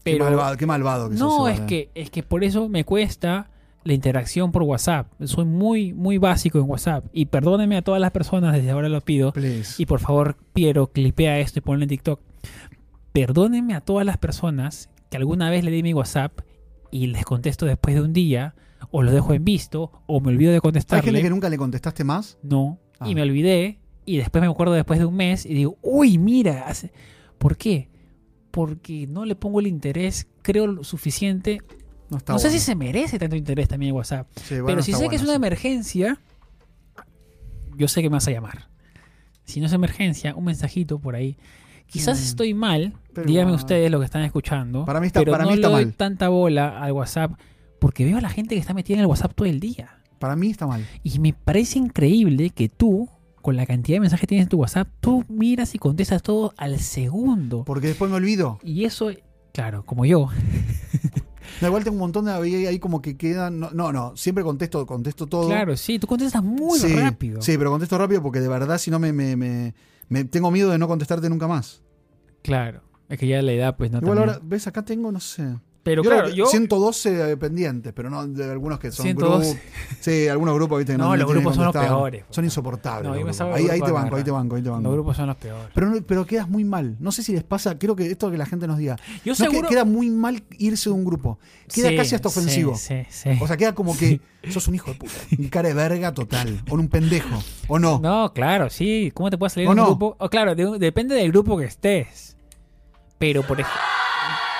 Speaker 2: Qué
Speaker 1: Pero
Speaker 2: malvado, qué malvado que sos, eh.
Speaker 1: no, es
Speaker 2: Sebastián.
Speaker 1: que, es que por eso me cuesta la interacción por WhatsApp. Soy muy, muy básico en WhatsApp. Y perdónenme a todas las personas, desde ahora lo pido.
Speaker 2: Please.
Speaker 1: Y por favor, Piero, clipea esto y ponlo en TikTok. Perdónenme a todas las personas que alguna vez le di mi WhatsApp y les contesto después de un día, o lo dejo en visto, o me olvido de
Speaker 2: ¿Hay gente
Speaker 1: contestarle.
Speaker 2: que nunca le contestaste más?
Speaker 1: No,
Speaker 2: Ah.
Speaker 1: y me olvidé, y después me acuerdo después de un mes y digo, uy, mira, hace- ¿por qué? Porque no le pongo el interés, creo, lo suficiente.
Speaker 2: No está
Speaker 1: no sé
Speaker 2: bueno.
Speaker 1: si se merece tanto interés también en WhatsApp,
Speaker 2: Sí, bueno,
Speaker 1: pero
Speaker 2: no
Speaker 1: si sé
Speaker 2: está
Speaker 1: que es
Speaker 2: bueno,
Speaker 1: una
Speaker 2: sí.
Speaker 1: emergencia, yo sé que me vas a llamar. Si no es emergencia, un mensajito por ahí. Quizás
Speaker 2: Mm,
Speaker 1: estoy mal,
Speaker 2: pero
Speaker 1: díganme
Speaker 2: igual.
Speaker 1: ustedes lo que están escuchando.
Speaker 2: Para mí está-
Speaker 1: pero
Speaker 2: para
Speaker 1: no
Speaker 2: mí está
Speaker 1: le doy
Speaker 2: mal.
Speaker 1: tanta bola al WhatsApp porque veo a la gente que está metida en el WhatsApp todo el día.
Speaker 2: Para mí está mal.
Speaker 1: Y me parece increíble que tú, con la cantidad de mensajes que tienes en tu WhatsApp, tú miras y contestas todo al segundo.
Speaker 2: Porque después me olvido.
Speaker 1: Y eso, claro, como yo.
Speaker 2: No, igual tengo un montón de ahí, ahí como que quedan. No, no, no, siempre contesto, contesto todo.
Speaker 1: Claro, sí, tú contestas muy
Speaker 2: Sí,
Speaker 1: rápido.
Speaker 2: Sí, pero contesto rápido porque de verdad si no me, me, me- me- tengo miedo de no contestarte nunca más.
Speaker 1: Claro. Es que ya la edad, pues no
Speaker 2: igual
Speaker 1: también.
Speaker 2: ahora, ves, acá tengo, no sé.
Speaker 1: Pero
Speaker 2: Yo
Speaker 1: claro,
Speaker 2: creo que
Speaker 1: yo.
Speaker 2: 112 pendientes, pero no de algunos que son
Speaker 1: 112.
Speaker 2: grupos. Sí, algunos grupos, viste, que
Speaker 1: No,
Speaker 2: no,
Speaker 1: los
Speaker 2: tienen
Speaker 1: grupos son los
Speaker 2: contestado.
Speaker 1: peores, pues.
Speaker 2: Son insoportables.
Speaker 1: No, yo
Speaker 2: los
Speaker 1: me
Speaker 2: grupos.
Speaker 1: salgo del
Speaker 2: ahí, ahí
Speaker 1: grupo de
Speaker 2: te banco, ahí
Speaker 1: agarrar.
Speaker 2: te banco, ahí te
Speaker 1: Los
Speaker 2: banco.
Speaker 1: grupos son los peores.
Speaker 2: Pero, no- pero quedas muy mal. No sé si les pasa, creo que esto que la gente nos diga.
Speaker 1: Yo
Speaker 2: No, que-
Speaker 1: seguro.
Speaker 2: queda muy mal irse de un grupo. Queda
Speaker 1: Sí,
Speaker 2: casi hasta
Speaker 1: sí,
Speaker 2: ofensivo.
Speaker 1: Sí, sí.
Speaker 2: O sea, queda como que sos un hijo de puta. Un cara de verga total. O un pendejo. O no.
Speaker 1: no, claro, sí. ¿Cómo te puede salir
Speaker 2: ¿O
Speaker 1: un
Speaker 2: no?
Speaker 1: grupo? O claro, de- depende del grupo que estés. Pero por, ej-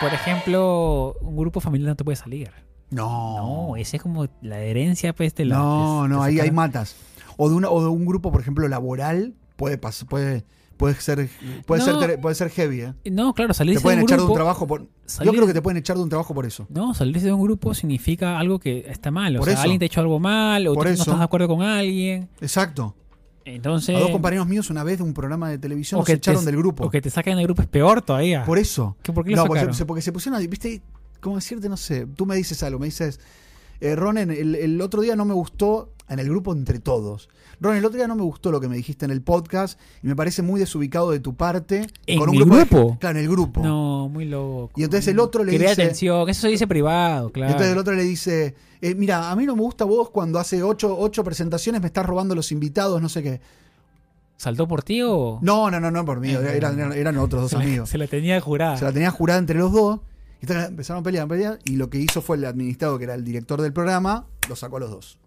Speaker 1: por ejemplo, un grupo familiar no te puede salir.
Speaker 2: No.
Speaker 1: No, esa es como la herencia, pues, te la.
Speaker 2: No,
Speaker 1: te-
Speaker 2: no,
Speaker 1: te
Speaker 2: ahí, ahí
Speaker 1: sacaron.
Speaker 2: matas. O de, una, o de un grupo, por ejemplo, laboral, puede pas- puede, puede ser, puede
Speaker 1: No.
Speaker 2: ser, puede ser heavy, ¿eh?
Speaker 1: No, claro,
Speaker 2: Te
Speaker 1: salirse
Speaker 2: pueden
Speaker 1: de un
Speaker 2: echar de
Speaker 1: grupo.
Speaker 2: un trabajo por. Yo
Speaker 1: salir-
Speaker 2: creo que te pueden echar de un trabajo por eso.
Speaker 1: No, salirse de un grupo significa algo que está mal. O
Speaker 2: Por
Speaker 1: sea,
Speaker 2: eso.
Speaker 1: alguien te ha hecho algo mal, o
Speaker 2: Por
Speaker 1: tú no
Speaker 2: eso.
Speaker 1: estás de acuerdo con alguien.
Speaker 2: Exacto.
Speaker 1: Entonces.
Speaker 2: A dos compañeros míos una vez de un programa de televisión
Speaker 1: o
Speaker 2: los
Speaker 1: que te-
Speaker 2: echaron del grupo.
Speaker 1: O que te saquen del grupo es peor todavía.
Speaker 2: Por eso.
Speaker 1: ¿Qué- por qué lo
Speaker 2: no, porque
Speaker 1: sacaron?
Speaker 2: se, porque se pusieron, a- viste, ¿cómo decirte? No sé. Tú me dices algo, me dices, eh, Ronen, el, el otro día no me gustó en el grupo entre todos. Ronen, el otro día no me gustó lo que me dijiste en el podcast y me parece muy desubicado de tu parte.
Speaker 1: ¿En
Speaker 2: con un
Speaker 1: mi
Speaker 2: grupo, de-
Speaker 1: grupo?
Speaker 2: claro, en el grupo.
Speaker 1: No, muy loco.
Speaker 2: Y entonces el otro le
Speaker 1: Quería
Speaker 2: dice-
Speaker 1: atención, eso se dice privado, claro.
Speaker 2: Entonces el otro le dice, eh, mira, a mí no me gusta vos cuando hace ocho, ocho presentaciones me estás robando los invitados, no sé qué.
Speaker 1: ¿Saltó por ti o.?
Speaker 2: No, no, no, no, por mí,
Speaker 1: Eh,
Speaker 2: eran, eran- eran otros dos
Speaker 1: se, la,
Speaker 2: amigos.
Speaker 1: se la tenía jurada.
Speaker 2: Se la tenía jurada entre los dos. Y estaban- empezaron a pelear, a pelear. Y lo que hizo fue el administrado, que era el director del programa, lo sacó a los dos.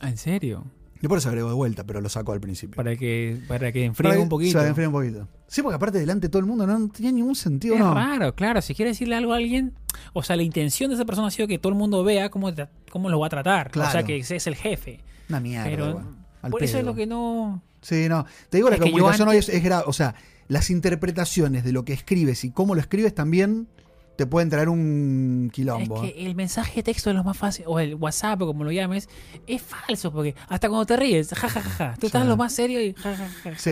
Speaker 1: Ah, ¿En serio?
Speaker 2: Yo por eso agregó de vuelta, pero lo sacó al principio.
Speaker 1: Para que, para que
Speaker 2: Para
Speaker 1: enfríe
Speaker 2: que
Speaker 1: un poquito.
Speaker 2: Se enfríe un poquito. Sí, porque aparte delante de todo el mundo no, no tenía ningún sentido,
Speaker 1: Es
Speaker 2: ¿no?
Speaker 1: raro, claro. Si quiere decirle algo a alguien, o sea, la intención de esa persona ha sido que todo el mundo vea cómo, tra- cómo lo va a tratar.
Speaker 2: Claro.
Speaker 1: O sea, que ese es el jefe.
Speaker 2: Una mierda.
Speaker 1: Pero
Speaker 2: igual. Al
Speaker 1: por eso
Speaker 2: pedo.
Speaker 1: es lo que no.
Speaker 2: Sí, no. Te digo, la
Speaker 1: Es que yo
Speaker 2: comunicación
Speaker 1: antes-
Speaker 2: hoy es, es grave. O sea, las interpretaciones de lo que escribes y cómo lo escribes también te pueden traer un quilombo. ¿eh?
Speaker 1: Es que el mensaje de texto es lo más fácil, o el WhatsApp, o como lo llames, es falso, porque hasta cuando te ríes, jajajaja, tú estás
Speaker 2: Sí.
Speaker 1: lo más serio y jajajaja.
Speaker 2: Sí.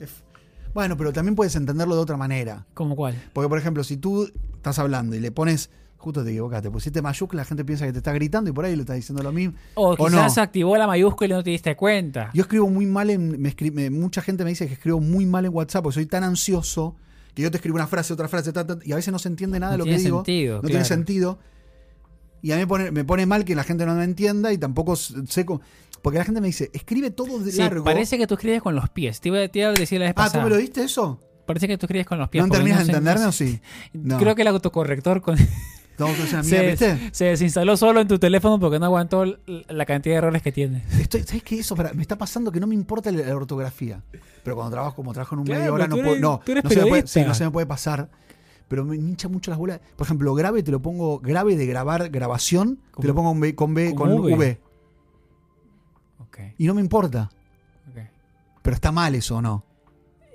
Speaker 2: Es- Bueno, pero también puedes entenderlo de otra manera.
Speaker 1: ¿Como cuál?
Speaker 2: Porque, por ejemplo, si tú estás hablando y le pones, justo te equivocaste, pues pusiste mayúscula, la gente piensa que te está gritando y por ahí le estás diciendo lo mismo.
Speaker 1: O
Speaker 2: O
Speaker 1: quizás
Speaker 2: no.
Speaker 1: activó la mayúscula y no te diste cuenta.
Speaker 2: Yo escribo muy mal en. me escri- me- mucha gente me dice que escribo muy mal en WhatsApp porque soy tan ansioso que yo te escribo una frase, otra frase, ta, ta, ta, y a veces no se entiende nada
Speaker 1: No
Speaker 2: de lo que
Speaker 1: tiene
Speaker 2: digo.
Speaker 1: sentido,
Speaker 2: no
Speaker 1: claro.
Speaker 2: tiene sentido. Y a mí me pone, me pone mal que la gente no me entienda y tampoco s- sé cómo. Porque la gente me dice, escribe todo de
Speaker 1: Sí,
Speaker 2: largo.
Speaker 1: parece que tú escribes con los pies. Te iba, te iba a decir la vez
Speaker 2: ah, ¿tú
Speaker 1: pasada.
Speaker 2: me lo diste eso?
Speaker 1: Parece que tú escribes con los pies.
Speaker 2: ¿No
Speaker 1: porque
Speaker 2: terminas de
Speaker 1: sé-
Speaker 2: entenderme o
Speaker 1: sé-
Speaker 2: sí? No.
Speaker 1: Creo que el autocorrector con-
Speaker 2: No, es una mierda, ¿viste?
Speaker 1: se, se desinstaló solo en tu teléfono porque no aguantó l- la cantidad de errores que tiene.
Speaker 2: Estoy, ¿Sabes qué? Eso pará, me está pasando que no me importa la, la ortografía. Pero cuando trabajo como trabajo en un
Speaker 1: Claro,
Speaker 2: medio hora,
Speaker 1: tú
Speaker 2: no
Speaker 1: eres-
Speaker 2: puedo. No,
Speaker 1: tú eres
Speaker 2: no se me puede,
Speaker 1: periodista.
Speaker 2: sí, no se me puede pasar. Pero me hincha mucho las bolas. Por ejemplo, grave te lo pongo, grave de grabar, grabación, te
Speaker 1: Como-
Speaker 2: lo pongo con B, con, B,
Speaker 1: como
Speaker 2: con v.
Speaker 1: V. Ok,
Speaker 2: Y no me importa.
Speaker 1: ok.
Speaker 2: Pero está mal eso, ¿o no?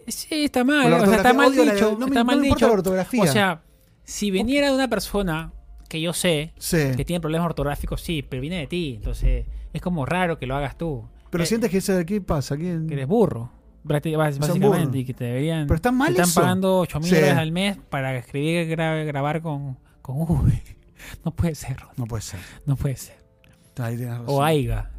Speaker 1: Sí, está
Speaker 2: Con
Speaker 1: mal.
Speaker 2: la
Speaker 1: O sea, está
Speaker 2: ortografía,
Speaker 1: mal
Speaker 2: odio la-
Speaker 1: dicho.
Speaker 2: no me,
Speaker 1: está
Speaker 2: no
Speaker 1: mal
Speaker 2: me importa la
Speaker 1: dicho.
Speaker 2: ortografía.
Speaker 1: O sea, si viniera de una persona que yo sé
Speaker 2: Sí.
Speaker 1: que tiene problemas ortográficos, sí, pero viene de ti. Entonces, es como raro que lo hagas tú.
Speaker 2: Pero
Speaker 1: Eh,
Speaker 2: sientes que eso de aquí pasa. que-
Speaker 1: que eres burro. prácti- bas-
Speaker 2: burro.
Speaker 1: Básicamente, y que te deberían.
Speaker 2: Pero está mal
Speaker 1: te están
Speaker 2: eso.
Speaker 1: pagando 8 mil
Speaker 2: Sí.
Speaker 1: dólares al mes para escribir, gra- grabar con, con V. No puede ser, Ron,
Speaker 2: No puede ser.
Speaker 1: no puede ser.
Speaker 2: Ahí tenés razón.
Speaker 1: O AIGA.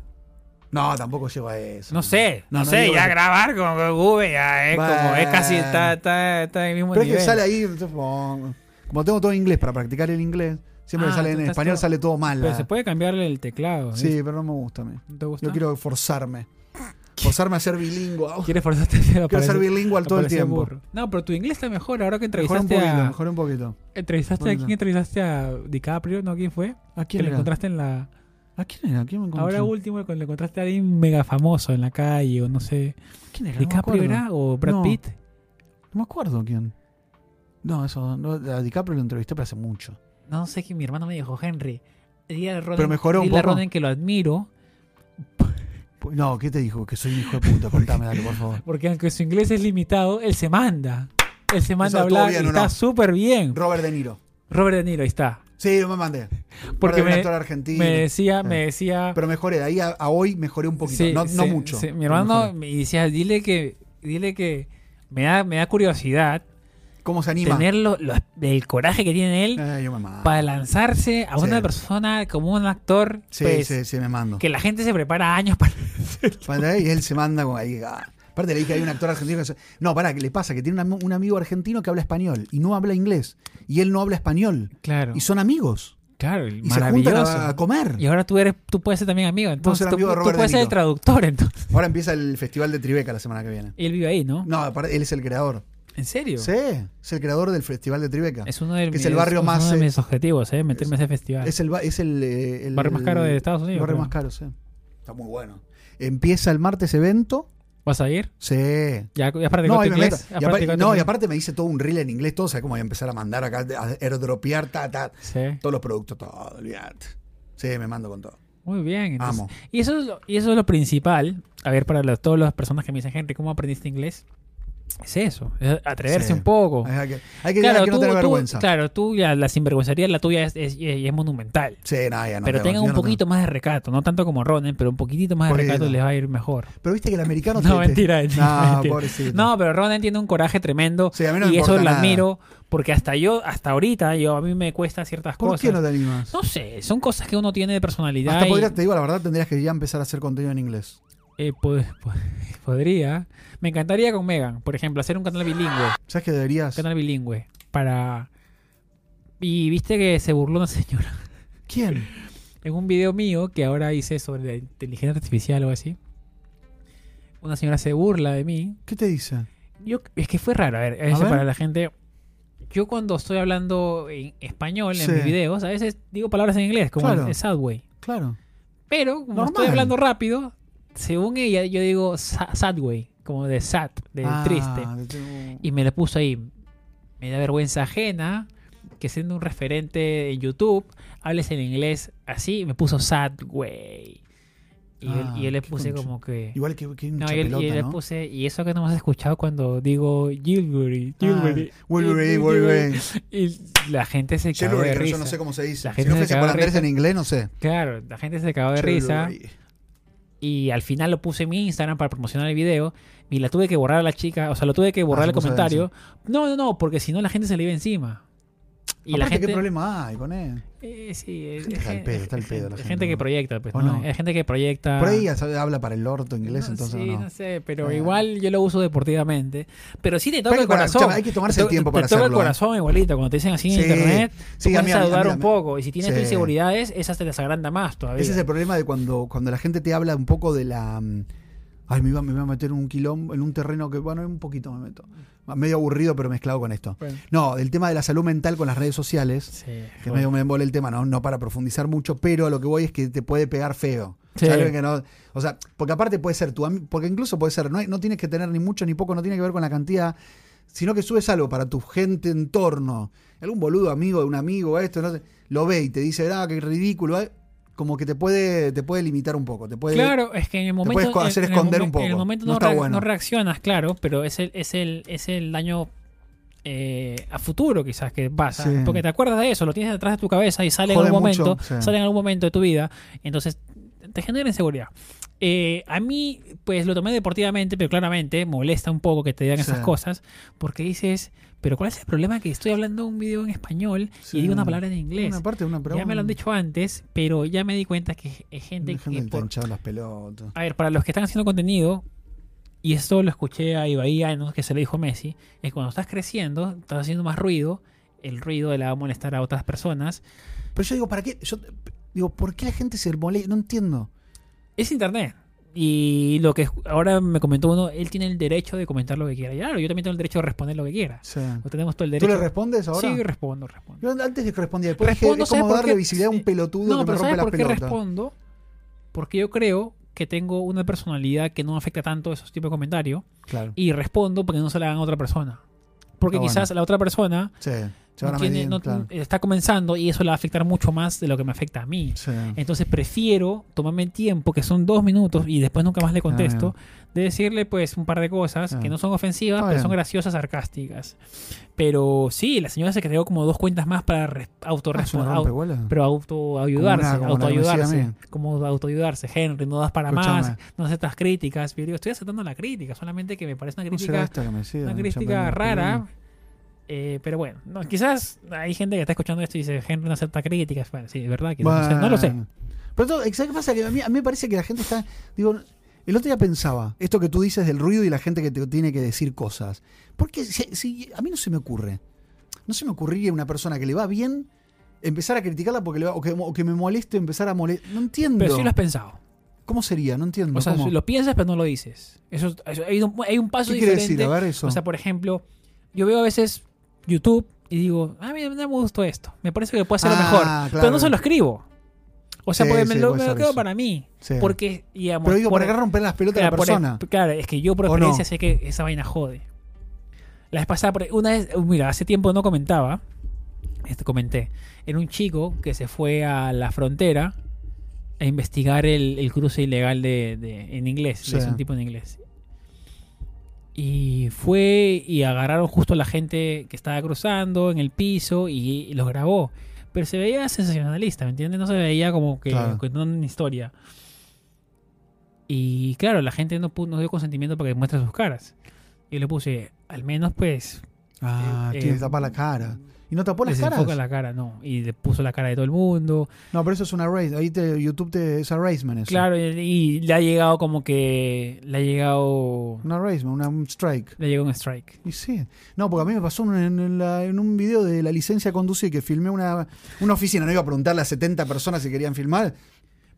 Speaker 2: No, tampoco llego a eso.
Speaker 1: No sé, no, sé,
Speaker 2: digo
Speaker 1: ya
Speaker 2: que-
Speaker 1: grabar con con V ya es como, es casi, está, está, está en el mismo
Speaker 2: Pero es
Speaker 1: nivel.
Speaker 2: que sale ahí, entonces, como como tengo todo en inglés para practicar el inglés, siempre
Speaker 1: Ah,
Speaker 2: sale en
Speaker 1: entonces
Speaker 2: español
Speaker 1: todo-
Speaker 2: sale todo mal.
Speaker 1: Pero
Speaker 2: la-
Speaker 1: se puede cambiarle el teclado.
Speaker 2: Sí,
Speaker 1: ¿eh?
Speaker 2: pero no me gusta a mí.
Speaker 1: ¿No te gusta?
Speaker 2: Yo quiero forzarme. Forzarme a ser bilingüe. Ah,
Speaker 1: ¿Quieres forzarte a
Speaker 2: Quiero ser
Speaker 1: parecer-
Speaker 2: bilingüe
Speaker 1: a
Speaker 2: todo el
Speaker 1: parecer
Speaker 2: tiempo.
Speaker 1: burro? No, pero tu inglés está mejor ahora que
Speaker 2: Mejor un
Speaker 1: entrevistaste
Speaker 2: poquito,
Speaker 1: a...
Speaker 2: mejor un poquito.
Speaker 1: ¿Entrevistaste a
Speaker 2: Bueno.
Speaker 1: quién entrevistaste a DiCaprio? ¿No? ¿Quién fue?
Speaker 2: ¿A
Speaker 1: Que
Speaker 2: quién
Speaker 1: le
Speaker 2: era?
Speaker 1: encontraste en la...
Speaker 2: ¿A quién era? ¿A quién me encontré?
Speaker 1: Ahora último, cuando le encontraste a alguien mega famoso en la calle o no sé.
Speaker 2: ¿Quién era? No me
Speaker 1: ¿DiCaprio
Speaker 2: acuerdo.
Speaker 1: era o Brad
Speaker 2: No.
Speaker 1: Pitt?
Speaker 2: No me acuerdo quién. No, eso. no, a DiCaprio lo entrevisté, pero hace mucho.
Speaker 1: No sé que mi hermano me dijo, Henry, dile a Ronen,
Speaker 2: Pero mejoró un
Speaker 1: dile a
Speaker 2: poco.
Speaker 1: Ronen que lo admiro,
Speaker 2: No, ¿qué te dijo? Que soy un hijo de puta. Contame, dale, por favor.
Speaker 1: porque aunque su inglés es limitado, él se manda. Él se manda a
Speaker 2: estuvo
Speaker 1: hablar
Speaker 2: bien,
Speaker 1: y
Speaker 2: ¿o no?
Speaker 1: está súper bien.
Speaker 2: Robert De Niro.
Speaker 1: Robert De Niro, ahí está.
Speaker 2: Sí, me mandé.
Speaker 1: Porque
Speaker 2: Porque
Speaker 1: me,
Speaker 2: actor argentino.
Speaker 1: me decía,
Speaker 2: Sí.
Speaker 1: me decía...
Speaker 2: Pero mejoré, de ahí a, a hoy mejoré un poquito,
Speaker 1: sí,
Speaker 2: no, no
Speaker 1: sí,
Speaker 2: mucho.
Speaker 1: sí. Mi
Speaker 2: pero
Speaker 1: hermano
Speaker 2: mejoré.
Speaker 1: me decía, dile que, dile que me da, me da curiosidad
Speaker 2: ¿Cómo se anima?
Speaker 1: tener lo- lo- el coraje que tiene él
Speaker 2: Eh, yo me mando.
Speaker 1: para lanzarse a
Speaker 2: Sí.
Speaker 1: una persona como un actor
Speaker 2: Sí,
Speaker 1: pues,
Speaker 2: sí, sí, me mando.
Speaker 1: que la gente se prepara años para
Speaker 2: Cuando- Y él se manda como ahí. ah. Aparte le dije, hay un actor argentino que... se- No, pará, que le pasa que tiene un, am- un amigo argentino que habla español y no habla inglés. Y él no habla español.
Speaker 1: claro
Speaker 2: Y son amigos.
Speaker 1: claro
Speaker 2: Y se juntan a, a comer.
Speaker 1: y ahora tú eres tú puedes ser también amigo entonces
Speaker 2: ser
Speaker 1: tú,
Speaker 2: amigo de
Speaker 1: tú
Speaker 2: Robert
Speaker 1: puedes
Speaker 2: De
Speaker 1: ser el
Speaker 2: Niro.
Speaker 1: traductor entonces
Speaker 2: Ahora empieza el festival de Tribeca la semana que viene.
Speaker 1: él vive ahí no
Speaker 2: No, aparte, él es el creador.
Speaker 1: en serio
Speaker 2: Mm. Sí, es el creador del festival de Tribeca. Es,
Speaker 1: es uno de,
Speaker 2: Que es
Speaker 1: mis,
Speaker 2: el barrio
Speaker 1: es uno
Speaker 2: más,
Speaker 1: de
Speaker 2: eh,
Speaker 1: mis objetivos eh meterme a ese festival
Speaker 2: el, ba- es el, eh, el-
Speaker 1: barrio más caro de Estados Unidos
Speaker 2: barrio
Speaker 1: creo.
Speaker 2: más caro, sí. Está muy bueno. Empieza el martes evento.
Speaker 1: vas a ir
Speaker 2: Sí.
Speaker 1: ya ya para
Speaker 2: No, ahí me
Speaker 1: inglés
Speaker 2: meto. Y aparte, no, y aparte me hice todo un reel en inglés, todo, ¿sabes cómo voy a empezar a mandar acá, a airdropear, ta, ta,
Speaker 1: sí
Speaker 2: todos los productos, todo, olvídate. Sí, me mando con todo.
Speaker 1: Muy bien. entonces-
Speaker 2: Amo.
Speaker 1: Y eso, es lo, y eso es lo principal. A ver, para los- todas las personas que me dicen, Henry, ¿cómo aprendiste inglés? Es eso, es atreverse
Speaker 2: Sí.
Speaker 1: un poco.
Speaker 2: Hay que, hay que, hay que no tener vergüenza.
Speaker 1: claro, oh. tú ya la sinvergüenzaría, la tuya es, es- y es monumental.
Speaker 2: Sí, no, ya no
Speaker 1: pero
Speaker 2: te-
Speaker 1: tengan un
Speaker 2: yo no te-
Speaker 1: poquito más de recato, no tanto como Ronen, pero un poquitito más de
Speaker 2: Poquito.
Speaker 1: recato les va a ir mejor.
Speaker 2: Pero viste que el americano
Speaker 1: No,
Speaker 2: te- te-
Speaker 1: mentira, mentira,
Speaker 2: No,
Speaker 1: mentira.
Speaker 2: pobrecito.
Speaker 1: No, pero Ronan tiene un coraje tremendo
Speaker 2: Sí, a mí no me
Speaker 1: y eso
Speaker 2: importa
Speaker 1: lo
Speaker 2: nada.
Speaker 1: admiro porque hasta yo, hasta ahorita, yo a mí me cuesta ciertas
Speaker 2: ¿Por
Speaker 1: cosas.
Speaker 2: qué no te animas?
Speaker 1: No sé, son cosas que uno tiene de personalidad.
Speaker 2: Hasta
Speaker 1: y-
Speaker 2: podrías, te digo la verdad, tendrías que ya empezar a hacer contenido en inglés.
Speaker 1: Eh, po- po- podría. Me encantaría con Megan, por ejemplo, hacer un canal bilingüe. Un
Speaker 2: ¿Sabes que deberías?
Speaker 1: canal bilingüe. Para. Y viste que se burló una señora
Speaker 2: ¿Quién?
Speaker 1: en un video mío que ahora hice sobre la inteligencia artificial o algo así. Una señora se burla de mí.
Speaker 2: ¿Qué te dice?
Speaker 1: Yo, es que fue raro, a ver, eso
Speaker 2: ver.
Speaker 1: para la gente. Yo cuando estoy hablando en español en
Speaker 2: Sí.
Speaker 1: mis videos, a veces digo palabras en inglés, como
Speaker 2: Claro.
Speaker 1: el Sadway.
Speaker 2: Claro.
Speaker 1: Pero como estoy
Speaker 2: Normal.
Speaker 1: hablando rápido, según ella, yo digo sa- Sadway, como de sad, de
Speaker 2: Ah,
Speaker 1: triste.
Speaker 2: de tu-
Speaker 1: Y me la puso ahí. Me da vergüenza ajena que siendo un referente en YouTube hables en inglés así. Y me puso sad, güey. Y, yo-
Speaker 2: Ah,
Speaker 1: y yo le
Speaker 2: qué
Speaker 1: puse
Speaker 2: concha.
Speaker 1: como que.
Speaker 2: Igual que, que
Speaker 1: No,
Speaker 2: mucha
Speaker 1: yo, yo
Speaker 2: pelota,
Speaker 1: le
Speaker 2: ¿no?
Speaker 1: puse. Y eso que no me has escuchado cuando digo Gilbury.
Speaker 2: Ah,
Speaker 1: Gilbury.
Speaker 2: Wolverine, Wolverine.
Speaker 1: Y la gente se cagó de
Speaker 2: Gilbury, que
Speaker 1: risa.
Speaker 2: yo no sé cómo se dice.
Speaker 1: La
Speaker 2: Si
Speaker 1: gente
Speaker 2: no
Speaker 1: se
Speaker 2: fuese
Speaker 1: cagó
Speaker 2: por
Speaker 1: de
Speaker 2: Andrés
Speaker 1: risa.
Speaker 2: en inglés, no sé.
Speaker 1: Claro, la gente se cagó de risa.
Speaker 2: Gilbury.
Speaker 1: y al final lo puse en mi Instagram para promocionar el video y la tuve que borrar a la chica, o sea, lo tuve que borrar
Speaker 2: Ah, se
Speaker 1: el
Speaker 2: puso
Speaker 1: comentario. No, no, no, porque si no la gente se le iba encima. Y la
Speaker 2: Aparte,
Speaker 1: gente
Speaker 2: ¿qué problema hay con él?
Speaker 1: eh, sí, es-
Speaker 2: Gente
Speaker 1: es-
Speaker 2: está al pedo, está al
Speaker 1: es-
Speaker 2: pedo la
Speaker 1: es
Speaker 2: gente,
Speaker 1: gente que
Speaker 2: ¿no?
Speaker 1: proyecta, pues,
Speaker 2: ¿O
Speaker 1: ¿no?
Speaker 2: no?
Speaker 1: Es gente que proyecta
Speaker 2: Por ahí ya sabe- habla para el orto inglés,
Speaker 1: Ah. no,
Speaker 2: entonces
Speaker 1: sí,
Speaker 2: no.
Speaker 1: no sé, pero
Speaker 2: Eh.
Speaker 1: igual yo lo uso deportivamente, pero sí te toca
Speaker 2: Pero
Speaker 1: el corazón.
Speaker 2: escuchame, hay que tomarse el
Speaker 1: Te to-
Speaker 2: tiempo
Speaker 1: te
Speaker 2: para
Speaker 1: toca el
Speaker 2: hacerlo, ¿eh?
Speaker 1: corazón igualito cuando te dicen así en
Speaker 2: Sí.
Speaker 1: internet,
Speaker 2: Sí,
Speaker 1: tú
Speaker 2: a mí-
Speaker 1: comienzas
Speaker 2: a
Speaker 1: a
Speaker 2: mí-
Speaker 1: dudar
Speaker 2: a mí-
Speaker 1: un poco y si tienes
Speaker 2: Sí.
Speaker 1: tus inseguridades, esas te las agrandan más todavía.
Speaker 2: Ese es el problema de cuando, cuando la gente te habla un poco de la. mm, Ay, me iba, me iba a meter en un quilombo, en un terreno que, bueno, un poquito me meto. Medio aburrido, pero mezclado con esto.
Speaker 1: Bueno.
Speaker 2: No, el tema de la salud mental con las redes sociales,
Speaker 1: Sí,
Speaker 2: que
Speaker 1: bueno.
Speaker 2: medio me embole el tema, no, no para profundizar mucho, pero a lo que voy es que te puede pegar feo.
Speaker 1: Sí.
Speaker 2: O sea, algo que no- o sea, porque aparte puede ser tu ami- porque incluso puede ser, no, hay- no tienes que tener ni mucho ni poco, no tiene que ver con la cantidad, sino que subes algo para tu gente, entorno, algún boludo amigo de un amigo, esto, no sé, lo ve y te dice, ah, qué ridículo, eh", como que te puede, te puede limitar un poco, te puede...
Speaker 1: Claro, es que en el momento.
Speaker 2: puedes co-
Speaker 1: en-
Speaker 2: hacer
Speaker 1: en el
Speaker 2: esconder
Speaker 1: momen-
Speaker 2: un poco.
Speaker 1: En el momento no,
Speaker 2: No está
Speaker 1: reac-
Speaker 2: bueno.
Speaker 1: no reaccionas, claro, pero es el, es el, es el daño eh, a futuro quizás que pasa.
Speaker 2: Sí.
Speaker 1: Porque te acuerdas de eso, lo tienes detrás de tu cabeza y sale
Speaker 2: Jode
Speaker 1: en algún
Speaker 2: mucho,
Speaker 1: momento,
Speaker 2: sí.
Speaker 1: sale en algún momento de tu vida. Entonces te genera inseguridad. Eh, a mí, pues lo tomé deportivamente, pero claramente molesta un poco que te digan
Speaker 2: Sí.
Speaker 1: esas cosas, porque dices, pero ¿cuál es el problema que estoy hablando un video en español
Speaker 2: Sí.
Speaker 1: y digo una palabra en inglés?
Speaker 2: Una parte, una
Speaker 1: ya me lo han dicho antes, pero ya me di cuenta que es gente,
Speaker 2: gente,
Speaker 1: que por,
Speaker 2: hinchado las pelotas.
Speaker 1: a ver, para los que están haciendo contenido, y esto lo escuché a Ibaianos, que se lo dijo Messi, es cuando estás creciendo, estás haciendo más ruido, el ruido le va a molestar a otras personas.
Speaker 2: Pero yo digo, ¿para qué? Yo digo, ¿por qué la gente se molesta? No entiendo.
Speaker 1: Es internet. Y lo que ahora me comentó uno, él tiene el derecho de comentar lo que quiera. Y Claro, yo también tengo el derecho de responder lo que quiera.
Speaker 2: Sí.
Speaker 1: O tenemos todo el
Speaker 2: ¿Tú
Speaker 1: derecho.
Speaker 2: le respondes ahora?
Speaker 1: Sí, respondo, respondo.
Speaker 2: Yo antes de que respondía, después
Speaker 1: Respondo,
Speaker 2: dije, es como
Speaker 1: ¿sabes por
Speaker 2: darle
Speaker 1: qué?
Speaker 2: visibilidad a un pelotudo
Speaker 1: No,
Speaker 2: que me
Speaker 1: pero
Speaker 2: rompe
Speaker 1: ¿sabes
Speaker 2: las
Speaker 1: por qué
Speaker 2: pelotas.
Speaker 1: respondo? Porque yo creo que tengo una personalidad que no afecta tanto a esos tipos de comentarios.
Speaker 2: Claro.
Speaker 1: y respondo porque no se la hagan a otra persona. Porque
Speaker 2: Ah, bueno.
Speaker 1: quizás la otra persona
Speaker 2: Sí, se van
Speaker 1: no
Speaker 2: a
Speaker 1: tiene-
Speaker 2: medir,
Speaker 1: no-
Speaker 2: claro.
Speaker 1: está comenzando y eso le va a afectar mucho más de lo que me afecta a mí.
Speaker 2: Sí. Ah,
Speaker 1: Entonces prefiero tomarme el tiempo, que son dos minutos y después nunca más le contesto, de decirle pues un par de cosas
Speaker 2: Ah.
Speaker 1: que no son ofensivas,
Speaker 2: Está
Speaker 1: pero
Speaker 2: bien.
Speaker 1: son graciosas, sarcásticas. Pero sí, la señora se creó como dos cuentas más para res-
Speaker 2: Ah, es una
Speaker 1: autorresponder.
Speaker 2: rompehuelas.
Speaker 1: pero autoayudarse,
Speaker 2: Como una- como la que me decía a
Speaker 1: autoayudarse,
Speaker 2: mí.
Speaker 1: como autoayudarse, Henry, no das para más,
Speaker 2: Escuchame.
Speaker 1: no aceptas críticas, yo digo, estoy aceptando la crítica, solamente que me parece una
Speaker 2: ¿Cómo será
Speaker 1: crítica
Speaker 2: esta que me decía?
Speaker 1: una
Speaker 2: Ya
Speaker 1: crítica
Speaker 2: me-
Speaker 1: rara. eh, pero bueno, no, quizás hay gente que está escuchando esto y dice, Henry no acepta críticas. Bueno, sí, es verdad, quizás, no sé, no lo sé.
Speaker 2: Bueno. Pero todo, ¿sabes qué pasa? Que a mí, a mí me parece que la gente está. Digo, el otro día pensaba, esto que tú dices del ruido y la gente que te tiene que decir cosas. Porque si- si- a mí no se me ocurre. No se me ocurriría una persona que le va bien empezar a criticarla porque le va, o, que, o que me moleste empezar a molestar. No entiendo.
Speaker 1: Pero sí lo has pensado.
Speaker 2: ¿Cómo sería? No entiendo.
Speaker 1: O sea,
Speaker 2: ¿Cómo?
Speaker 1: lo piensas, pero no lo dices. Eso, eso- hay, un, hay un paso
Speaker 2: ¿Qué quiere
Speaker 1: diferente.
Speaker 2: decir? A ver eso.
Speaker 1: o sea, por ejemplo, yo veo a veces YouTube y digo, ah, mira, no me gustó esto. Me parece que puede ser lo
Speaker 2: Ah,
Speaker 1: mejor. Pero
Speaker 2: claro.
Speaker 1: no se lo escribo. O sea,
Speaker 2: Sí,
Speaker 1: porque me
Speaker 2: sí,
Speaker 1: lo,
Speaker 2: puede
Speaker 1: me lo
Speaker 2: ser
Speaker 1: quedo
Speaker 2: eso.
Speaker 1: para mí.
Speaker 2: Sí.
Speaker 1: Porque, digamos,
Speaker 2: Pero digo,
Speaker 1: por-
Speaker 2: ¿para qué romper las pelotas a la
Speaker 1: por e-
Speaker 2: persona?
Speaker 1: claro, es que yo por
Speaker 2: ¿O no?
Speaker 1: experiencia sé que esa vaina jode. La vez pasada, por- una vez, uh, mira, hace tiempo no comentaba, este, comenté, era un chico que se fue a la frontera a investigar el, el cruce ilegal de, de- en inglés,
Speaker 2: Sí.
Speaker 1: de un tipo en inglés. Y fue y agarraron justo a la gente que estaba cruzando en el piso y, los grabó. Pero se veía sensacionalista, ¿me entiendes? No se veía como que
Speaker 2: Claro.
Speaker 1: contando una historia. Y claro, la gente no, pu- no dio consentimiento para que muestre sus caras. Y le puse, al menos pues
Speaker 2: Ah,
Speaker 1: Eh,
Speaker 2: tiene
Speaker 1: eh,
Speaker 2: que tapar la cara. ¿Y no tapó las caras?
Speaker 1: desenfoca la cara, no. Y le puso la cara de todo el mundo.
Speaker 2: No, pero eso es una race. Ahí te, YouTube te, es arraignment eso.
Speaker 1: Claro, y, y le ha llegado como que. Le ha llegado.
Speaker 2: Una arraignment, una, un strike.
Speaker 1: Le llegó un strike.
Speaker 2: Y sí. No, porque a mí me pasó en, en la- en un video de la licencia a conducir que filmé una, una oficina. No iba a preguntarle a 70 personas si querían filmar.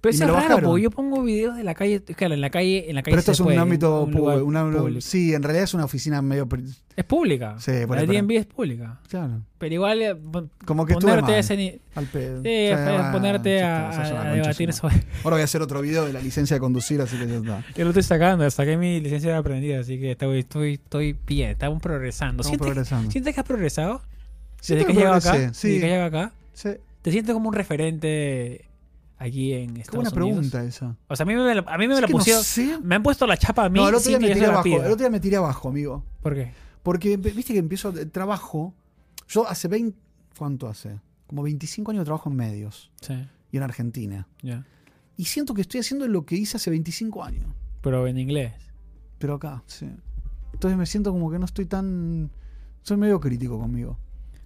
Speaker 1: Pero
Speaker 2: Y
Speaker 1: eso
Speaker 2: me
Speaker 1: es
Speaker 2: lo
Speaker 1: raro,
Speaker 2: bajaron.
Speaker 1: porque yo pongo videos de la calle. Claro, en la calle. En la calle
Speaker 2: Pero esto
Speaker 1: se
Speaker 2: es un
Speaker 1: puede,
Speaker 2: ámbito
Speaker 1: en un
Speaker 2: pub-
Speaker 1: lugar
Speaker 2: una-
Speaker 1: público.
Speaker 2: Sí, en realidad es una oficina medio. pri-
Speaker 1: Es pública.
Speaker 2: Sí, por
Speaker 1: la
Speaker 2: ahí, por ahí.
Speaker 1: DNB es pública.
Speaker 2: Claro.
Speaker 1: Pero igual. eh, pon-
Speaker 2: Como que estuve
Speaker 1: ponerte
Speaker 2: mal, ah,
Speaker 1: a ese ni- sí,
Speaker 2: al pedo.
Speaker 1: eh,
Speaker 2: Sí, bueno,
Speaker 1: ponerte
Speaker 2: ya
Speaker 1: a,
Speaker 2: está, sos una
Speaker 1: a- a
Speaker 2: concha
Speaker 1: debatir
Speaker 2: suma.
Speaker 1: sobre.
Speaker 2: Ahora voy a hacer otro video de la licencia a conducir, así que ya está.
Speaker 1: Yo lo estoy sacando, saqué mi licencia de aprendida, así que estoy, estoy, estoy bien, estamos progresando.
Speaker 2: Estamos
Speaker 1: ¿Sientes,
Speaker 2: progresando.
Speaker 1: ¿Sientes que has progresado?
Speaker 2: Siento
Speaker 1: Desde que has
Speaker 2: que
Speaker 1: llegado acá.
Speaker 2: progresé,
Speaker 1: Desde
Speaker 2: sí.
Speaker 1: que has llegado acá.
Speaker 2: Sí.
Speaker 1: ¿Te sientes como un referente aquí en
Speaker 2: Qué
Speaker 1: Estados
Speaker 2: buena
Speaker 1: Unidos?
Speaker 2: pregunta esa.
Speaker 1: O sea, a mí me, la- a mí me
Speaker 2: Es
Speaker 1: la
Speaker 2: que no
Speaker 1: pusieron.
Speaker 2: sé.
Speaker 1: Me han puesto la chapa a mí
Speaker 2: No, el otro
Speaker 1: sin
Speaker 2: día
Speaker 1: que
Speaker 2: me
Speaker 1: yo se
Speaker 2: tiré
Speaker 1: la
Speaker 2: abajo.
Speaker 1: pida.
Speaker 2: El otro día me tiré abajo, amigo.
Speaker 1: ¿Por qué?
Speaker 2: Porque ve- viste que empiezo el trabajo. Yo hace 20. ¿Cuánto hace? Como 25 años de trabajo en medios
Speaker 1: Sí,
Speaker 2: y en Argentina.
Speaker 1: ya.
Speaker 2: Y siento que estoy haciendo lo que hice hace 25 años.
Speaker 1: Pero en inglés.
Speaker 2: Pero acá, sí. Entonces me siento como que no estoy tan. Soy medio crítico conmigo.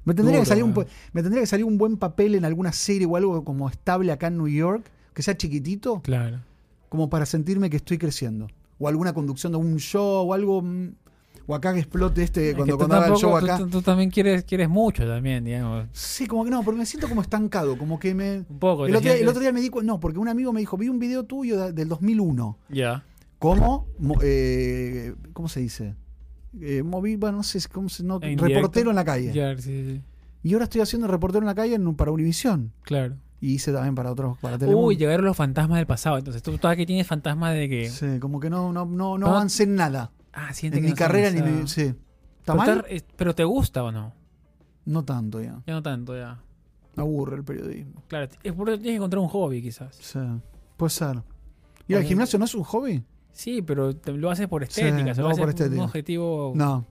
Speaker 2: Me tendría,
Speaker 1: Duro,
Speaker 2: que salir un,
Speaker 1: eh.
Speaker 2: po- me tendría que salir un buen papel en alguna serie o algo como estable acá en New York, que sea chiquitito,
Speaker 1: Claro.
Speaker 2: como para sentirme que estoy creciendo. O alguna conducción de un show o algo. mm, O acá que explote este, cuando, cuando haga el show acá.
Speaker 1: Tú, tú también quieres, quieres mucho también, digamos.
Speaker 2: Sí, como que no, porque me siento como estancado, como que me...
Speaker 1: Un poco.
Speaker 2: El
Speaker 1: te
Speaker 2: otro, día, el
Speaker 1: sientes-
Speaker 2: otro día me di cuenta, no, porque un amigo me dijo, vi un video tuyo de- del 2001,
Speaker 1: Ya.
Speaker 2: como, mo- eh, ¿cómo se dice? Eh, moví, bueno, no sé, cómo se, no,
Speaker 1: En
Speaker 2: reportero
Speaker 1: directo.
Speaker 2: en la calle.
Speaker 1: Ya, sí, sí, sí.
Speaker 2: Y ahora estoy haciendo reportero en la calle en- para Univisión.
Speaker 1: Claro.
Speaker 2: Y hice también para otros, para Telemundo.
Speaker 1: Uy, llegaron los fantasmas del pasado. Entonces tú todavía que tienes fantasmas de que.
Speaker 2: Sí, como que no, no, no, no
Speaker 1: Ah.
Speaker 2: avancé en nada.
Speaker 1: Ah, siente
Speaker 2: En
Speaker 1: que
Speaker 2: mi
Speaker 1: no se
Speaker 2: carrera ni
Speaker 1: avanzaba.
Speaker 2: mi... Sí. ¿Está
Speaker 1: Pero
Speaker 2: mal?
Speaker 1: te- eh, Pero te gusta o no?
Speaker 2: No tanto ya.
Speaker 1: Ya no tanto, ya.
Speaker 2: Me aburre el periodismo.
Speaker 1: Claro, es por eso tienes que encontrar un hobby quizás.
Speaker 2: Sí. Puede ser. ¿Ir al
Speaker 1: Oye.
Speaker 2: gimnasio no es un hobby?
Speaker 1: Sí, pero te- lo haces por
Speaker 2: Sí,
Speaker 1: estética, se lo
Speaker 2: lo hago
Speaker 1: haces
Speaker 2: por
Speaker 1: por
Speaker 2: estética.
Speaker 1: un objetivo.
Speaker 2: No.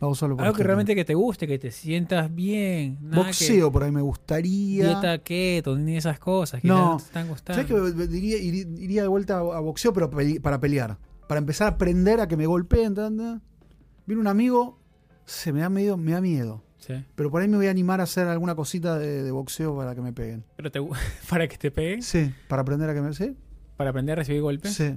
Speaker 2: Lo hago solo por
Speaker 1: Oh. algo que
Speaker 2: estética.
Speaker 1: realmente que te guste, que te sientas bien. Nada
Speaker 2: Boxeo por ahí me
Speaker 1: Que,
Speaker 2: gustaría.
Speaker 1: dieta keto, ni esas cosas que
Speaker 2: No.
Speaker 1: no te están gustando.
Speaker 2: ¿Sabes que diría, iri- iría de vuelta a a boxeo pero pele- para pelear? Para empezar a aprender a que me golpeen. ta, ta. Viene un amigo, se me da medio, me da miedo.
Speaker 1: Sí.
Speaker 2: Pero por ahí me voy a animar a hacer alguna cosita de, de boxeo para que me peguen.
Speaker 1: Pero te gu- para que te peguen,
Speaker 2: Sí. Para aprender a que me. ¿Sí?
Speaker 1: para aprender a recibir golpes.
Speaker 2: Sí.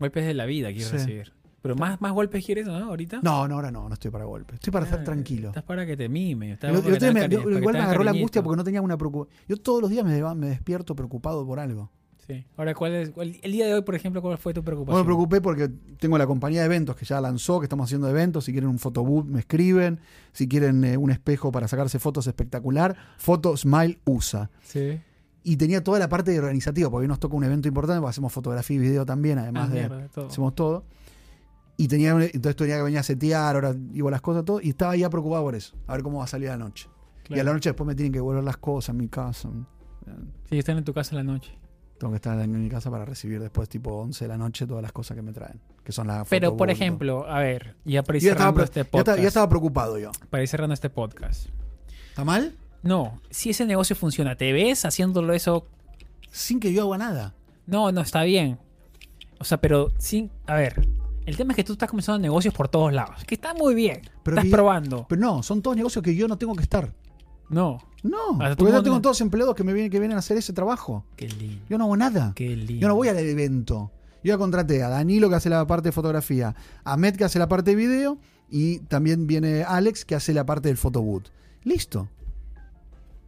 Speaker 1: Golpes de la vida quieres
Speaker 2: Sí.
Speaker 1: recibir. Pero más, más golpes quieres, ¿no? Ahorita.
Speaker 2: No, no, ahora no, no estoy para golpes. Estoy para estar
Speaker 1: Ah,
Speaker 2: tranquilo.
Speaker 1: Estás para que te mime. estás
Speaker 2: El otro-
Speaker 1: para
Speaker 2: el
Speaker 1: que
Speaker 2: otro día
Speaker 1: te
Speaker 2: me-
Speaker 1: hagan
Speaker 2: yo-
Speaker 1: cari- para que
Speaker 2: igual
Speaker 1: te
Speaker 2: me
Speaker 1: hagan
Speaker 2: agarró la
Speaker 1: cariñito.
Speaker 2: angustia porque no tenía una preocupación. Yo todos los días me, deba- me despierto preocupado por algo.
Speaker 1: Sí. Ahora, ¿cuál es, cuál- el día de hoy, por ejemplo, cuál fue tu
Speaker 2: No me
Speaker 1: preocupación?
Speaker 2: preocupé porque tengo la compañía de eventos que ya lanzó, que estamos haciendo eventos. Si quieren un fotoboot, me escriben. Si quieren eh, un espejo para sacarse fotos espectacular, Foto Smile USA.
Speaker 1: Sí.
Speaker 2: Y tenía toda la parte de organizativa, porque hoy nos toca un evento importante, porque hacemos fotografía y video también, además
Speaker 1: Ah,
Speaker 2: de.
Speaker 1: mierda, todo.
Speaker 2: Hacemos todo. Y tenía, entonces tenía que venir a setear, ahora digo las cosas, todo. Y estaba ya preocupado por eso, a ver cómo va a salir la noche. Y a la
Speaker 1: Claro.
Speaker 2: noche después me tienen que devolver las cosas en mi casa.
Speaker 1: Sí, están en tu casa en la noche.
Speaker 2: Tengo que estar en mi casa para recibir después, tipo 11 de la noche, todas las cosas que me traen, que son las
Speaker 1: Pero, por
Speaker 2: fotoboot, todo.
Speaker 1: ejemplo, a ver, ya para ir
Speaker 2: Yo ya estaba,
Speaker 1: cerrando
Speaker 2: pre-
Speaker 1: este
Speaker 2: ya
Speaker 1: podcast.
Speaker 2: estaba- ya estaba preocupado yo.
Speaker 1: Para ir cerrando este podcast.
Speaker 2: ¿Está mal?
Speaker 1: No, si ese negocio funciona, ¿te ves haciéndolo eso?
Speaker 2: Sin que yo haga nada.
Speaker 1: No, no, está bien. O sea, pero sin. A ver, el tema es que tú estás comenzando negocios por todos lados. Que está muy bien.
Speaker 2: Pero
Speaker 1: estás
Speaker 2: que-
Speaker 1: probando.
Speaker 2: Pero no, son todos negocios que yo no tengo que estar.
Speaker 1: No.
Speaker 2: No,
Speaker 1: Ah, tú
Speaker 2: porque yo
Speaker 1: no-
Speaker 2: tengo todos empleados que, me vienen, que vienen a hacer ese trabajo.
Speaker 1: Qué lindo.
Speaker 2: Yo no hago nada.
Speaker 1: Qué lindo.
Speaker 2: Yo no voy al evento. Yo ya contraté a Danilo que hace la parte de fotografía, a Met que hace la parte de video y también viene Alex que hace la parte del photoboot. Listo.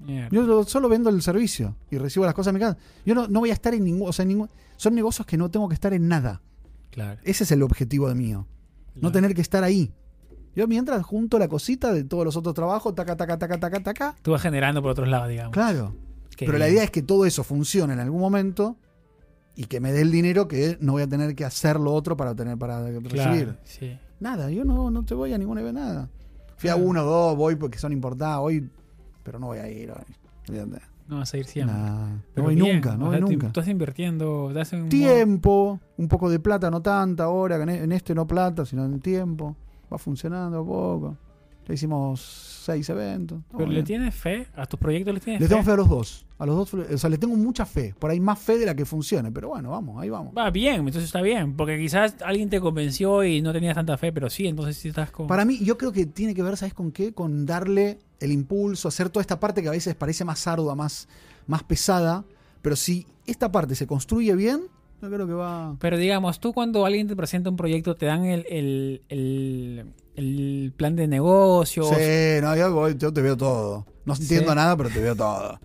Speaker 1: Mierda.
Speaker 2: Yo lo- solo vendo el servicio y recibo las cosas a mi casa. Yo no, no voy a estar en ningún... O sea, en ningún... Son negocios que no tengo que estar en nada.
Speaker 1: Claro.
Speaker 2: Ese es el objetivo de mío. No
Speaker 1: claro.
Speaker 2: tener que estar ahí. Yo mientras junto la cosita de todos los otros trabajos, taca, taca, taca, taca, taca.
Speaker 1: Tú vas generando por otros lados, digamos.
Speaker 2: Claro.
Speaker 1: Qué
Speaker 2: Pero la
Speaker 1: lindo.
Speaker 2: idea es que todo eso funcione en algún momento y que me dé el dinero que no voy a tener que hacer lo otro para tener para recibir.
Speaker 1: Claro, sí.
Speaker 2: Nada, yo no, no te voy a ningún evento, nada. Fui a
Speaker 1: Claro.
Speaker 2: uno o dos, voy porque son importados hoy, pero no voy a ir hoy. Fíjate.
Speaker 1: No vas a ir siempre.
Speaker 2: Nah, no
Speaker 1: Pero
Speaker 2: voy
Speaker 1: bien,
Speaker 2: nunca, no
Speaker 1: o
Speaker 2: voy
Speaker 1: sea, tú-
Speaker 2: nunca.
Speaker 1: Tú estás invirtiendo. estás en un-
Speaker 2: Tiempo, un poco de plata, no tanta ahora, que en e- en este no plata, sino en tiempo. Va funcionando a poco. Ya hicimos seis eventos. Estamos
Speaker 1: Pero le
Speaker 2: bien.
Speaker 1: tienes fe. A tus proyectos le tienes
Speaker 2: Le
Speaker 1: fe.
Speaker 2: tengo fe a los dos. A los dos, o sea, le tengo mucha fe. Por ahí más fe de la que funcione. Pero bueno, vamos, ahí vamos.
Speaker 1: Va bien, entonces está bien. Porque quizás alguien te convenció y no tenías tanta fe, pero sí, entonces sí estás con.
Speaker 2: Para mí, yo creo que tiene que ver, ¿sabes con qué? Con darle el impulso, hacer toda esta parte que a veces parece más ardua, más, más pesada. Pero si esta parte se construye bien, yo creo que va.
Speaker 1: Pero digamos, tú cuando alguien te presenta un proyecto, te dan el, el, el- el plan de negocio. ah,
Speaker 2: Sí, no, yo, voy- yo te veo todo. No entiendo
Speaker 1: Sí.
Speaker 2: nada, pero te veo todo.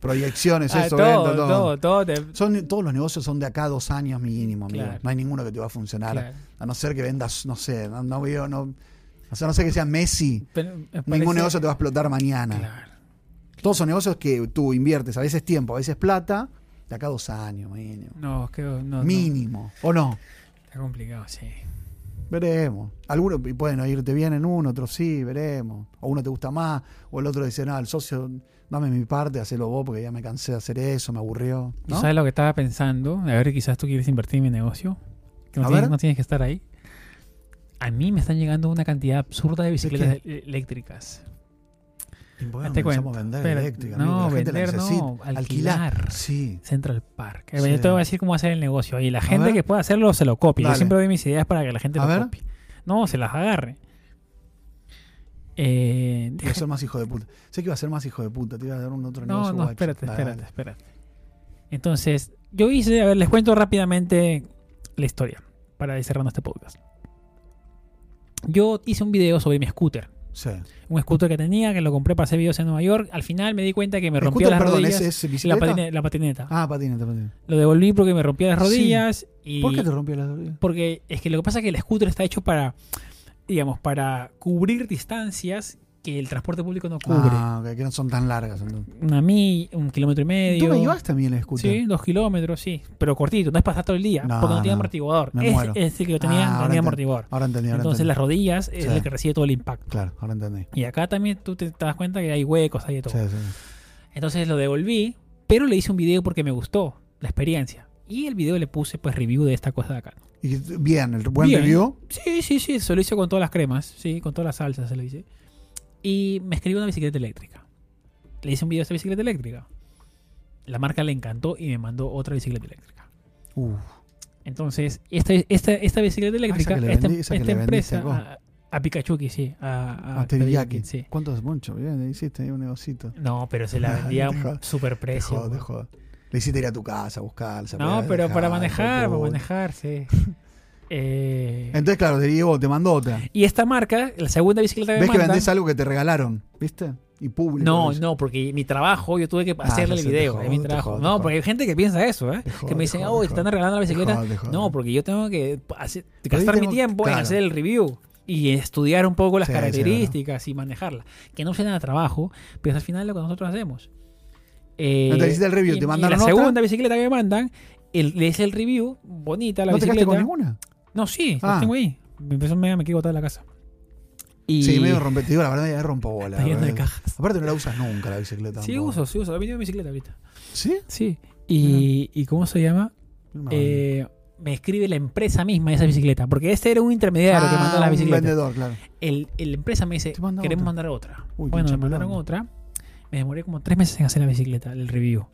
Speaker 2: Proyecciones,
Speaker 1: Ah,
Speaker 2: eso,
Speaker 1: todo,
Speaker 2: venta, todo.
Speaker 1: todo, todo te-
Speaker 2: Son, todos los negocios son de acá a dos años mínimo, amigo.
Speaker 1: Claro.
Speaker 2: No hay ninguno que te va a funcionar.
Speaker 1: Claro.
Speaker 2: A no ser que vendas, no sé, no, no veo, no. O sea, no sé que sea Messi.
Speaker 1: pero me parece-
Speaker 2: Ningún negocio te va a explotar mañana.
Speaker 1: Claro.
Speaker 2: Todos son negocios que tú inviertes, a veces tiempo, a veces plata, de acá a dos años mínimo.
Speaker 1: No, es que no, no.
Speaker 2: mínimo. ¿O no?
Speaker 1: Está complicado, sí.
Speaker 2: Veremos. Algunos y pueden irte bien en uno, otros sí, veremos. O uno te gusta más, o el otro dice, no, el socio, dame mi parte, hacelo vos porque ya me cansé de hacer eso, me aburrió.
Speaker 1: ¿Y
Speaker 2: ¿No?
Speaker 1: ¿Sabes lo que estaba pensando? A ver, quizás tú quieres invertir en mi negocio. Que no,
Speaker 2: A
Speaker 1: tienes,
Speaker 2: ver.
Speaker 1: no tienes que estar ahí. A mí me están llegando una cantidad absurda de bicicletas el- eléctricas.
Speaker 2: Y bueno,
Speaker 1: Te
Speaker 2: empezamos
Speaker 1: cuento.
Speaker 2: a vender
Speaker 1: Pero,
Speaker 2: eléctrica,
Speaker 1: no,
Speaker 2: amigo, la gente la
Speaker 1: vender no,
Speaker 2: necesita.
Speaker 1: alquilar.
Speaker 2: Sí.
Speaker 1: Central Park. Eh,
Speaker 2: Sí.
Speaker 1: Yo te voy a decir cómo hacer el negocio. Y la gente
Speaker 2: ver.
Speaker 1: que pueda hacerlo se lo copia. Yo
Speaker 2: Dale.
Speaker 1: siempre doy mis ideas para que la gente
Speaker 2: A
Speaker 1: lo
Speaker 2: ver.
Speaker 1: copie. No, se las agarre. Eh,
Speaker 2: Iba a ser más hijo de puta. Sé que iba a ser más hijo de puta, te iba a dar un otro
Speaker 1: No,
Speaker 2: negocio.
Speaker 1: no,
Speaker 2: guacho.
Speaker 1: espérate,
Speaker 2: Dale,
Speaker 1: espérate, espérate. Entonces, yo hice, a ver, les cuento rápidamente la historia para ir cerrando este podcast. Yo hice un video sobre mi scooter.
Speaker 2: dale. Sí.
Speaker 1: Un scooter que tenía, que lo compré para hacer videos en Nueva York. Al final me di cuenta que me rompía
Speaker 2: Scooter,
Speaker 1: las
Speaker 2: perdón,
Speaker 1: rodillas.
Speaker 2: ¿es- es
Speaker 1: la,
Speaker 2: bicicleta?
Speaker 1: patine- la patineta.
Speaker 2: Ah, patineta, patineta.
Speaker 1: Lo devolví porque me rompía las
Speaker 2: Sí.
Speaker 1: rodillas. Y
Speaker 2: ¿Por qué te rompió la rodilla?
Speaker 1: Porque es que lo que pasa es que el scooter está hecho para, digamos, para cubrir distancias que el transporte público no cubre.
Speaker 2: Ah, ok, que no son tan largas. entonces.
Speaker 1: Una milla, un kilómetro y medio.
Speaker 2: ¿Tú me llevaste a mí el scooter?
Speaker 1: Sí, dos kilómetros, sí. Pero cortito, no es pasar todo el día,
Speaker 2: No,
Speaker 1: porque no tiene
Speaker 2: no.
Speaker 1: amortiguador.
Speaker 2: Me
Speaker 1: es,
Speaker 2: muero.
Speaker 1: es el que yo tenía,
Speaker 2: Ah,
Speaker 1: no
Speaker 2: ahora
Speaker 1: tenía
Speaker 2: entiendo.
Speaker 1: amortiguador.
Speaker 2: Ahora entendí, ahora
Speaker 1: Entonces
Speaker 2: entendí.
Speaker 1: las rodillas es
Speaker 2: Sí.
Speaker 1: la que recibe todo el impacto.
Speaker 2: Claro, ahora entendí.
Speaker 1: Y acá también tú te, te das cuenta que hay huecos, hay de todo.
Speaker 2: Sí, sí.
Speaker 1: Entonces lo devolví, pero le hice un video porque me gustó la experiencia. Y el video le puse pues review de esta cosa de acá.
Speaker 2: Y bien, el buen
Speaker 1: Bien.
Speaker 2: review.
Speaker 1: Sí, sí, sí, se lo hice con todas las cremas, sí, con todas las salsas se lo hice. Y me escribió una bicicleta eléctrica. Le hice un video a esa bicicleta eléctrica. La marca le encantó y me mandó otra bicicleta eléctrica.
Speaker 2: Uf,
Speaker 1: Entonces, esta, esta, esta bicicleta eléctrica,
Speaker 2: que le
Speaker 1: esta,
Speaker 2: vendí- Ah, esa que
Speaker 1: esta
Speaker 2: le vendiste
Speaker 1: empresa,
Speaker 2: vos.
Speaker 1: a, a Pikachuki, sí. A, a
Speaker 2: ah, teriyaki.
Speaker 1: Teriyaki, sí.
Speaker 2: ¿Cuánto es mucho? Bien, le hiciste ahí un negocito.
Speaker 1: No, pero se la vendía a
Speaker 2: Te jodas,
Speaker 1: un super
Speaker 2: Te
Speaker 1: precio.
Speaker 2: jodas, te jodas. Le hiciste ir a tu casa a buscar. se
Speaker 1: No,
Speaker 2: podía
Speaker 1: pero
Speaker 2: dejar,
Speaker 1: para
Speaker 2: hijo de
Speaker 1: manejar, para
Speaker 2: puta.
Speaker 1: manejar, sí. Eh,
Speaker 2: Entonces, claro, te digo, te mandó otra.
Speaker 1: y esta marca, la segunda bicicleta que me
Speaker 2: ¿Ves que
Speaker 1: mandan-
Speaker 2: vendés algo que te regalaron? ¿Viste? Y público.
Speaker 1: No,
Speaker 2: lo
Speaker 1: no, porque mi trabajo, yo tuve que hacerle
Speaker 2: Ah,
Speaker 1: el
Speaker 2: ya sé, te
Speaker 1: video,
Speaker 2: jodo,
Speaker 1: es mi
Speaker 2: te
Speaker 1: trabajo.
Speaker 2: jodo, te
Speaker 1: no,
Speaker 2: jodo.
Speaker 1: porque hay gente que piensa eso, ¿eh?
Speaker 2: Te jodo,
Speaker 1: que me
Speaker 2: te
Speaker 1: dicen,
Speaker 2: jodo,
Speaker 1: oh,
Speaker 2: te
Speaker 1: te están
Speaker 2: jodo.
Speaker 1: regalando la bicicleta.
Speaker 2: jodo, te jodo.
Speaker 1: No, porque yo tengo que hacer-
Speaker 2: Pero ahí
Speaker 1: gastar mi
Speaker 2: tenemos-
Speaker 1: tiempo en
Speaker 2: claro.
Speaker 1: hacer el review y estudiar un poco las
Speaker 2: Sí, sí,
Speaker 1: características y manejarla. Que no sea nada de trabajo, pero es al final lo que nosotros hacemos. Eh,
Speaker 2: No te hiciste el review,
Speaker 1: y-
Speaker 2: te
Speaker 1: y
Speaker 2: mandaron
Speaker 1: La
Speaker 2: otra.
Speaker 1: segunda bicicleta que me mandan, el, le hice el review, bonita la
Speaker 2: ¿No te
Speaker 1: bicicleta.
Speaker 2: quedaste con ninguna?
Speaker 1: No, sí, la
Speaker 2: Ah.
Speaker 1: tengo ahí. Me empezó me me quiero botar de la casa. Y
Speaker 2: Sí, medio rompetido, la verdad, ya rompo bola.
Speaker 1: Está lleno de cajas.
Speaker 2: Aparte, no la usas nunca la bicicleta.
Speaker 1: Sí,
Speaker 2: tampoco.
Speaker 1: uso, sí uso. He venido en bicicleta ahorita.
Speaker 2: ¿Sí?
Speaker 1: Sí. Y, ¿y cómo se llama?
Speaker 2: No,
Speaker 1: Eh, me escribe la empresa misma de esa bicicleta. Porque este era un intermediario que
Speaker 2: Ah,
Speaker 1: mandó la
Speaker 2: un
Speaker 1: bicicleta.
Speaker 2: vendedor, claro.
Speaker 1: El, el empresa me dice,
Speaker 2: Te manda
Speaker 1: queremos
Speaker 2: otra.
Speaker 1: mandar otra.
Speaker 2: Uy,
Speaker 1: bueno,
Speaker 2: pinche
Speaker 1: me mandaron
Speaker 2: mala
Speaker 1: otra. Me demoré como tres meses en hacer la bicicleta, el review.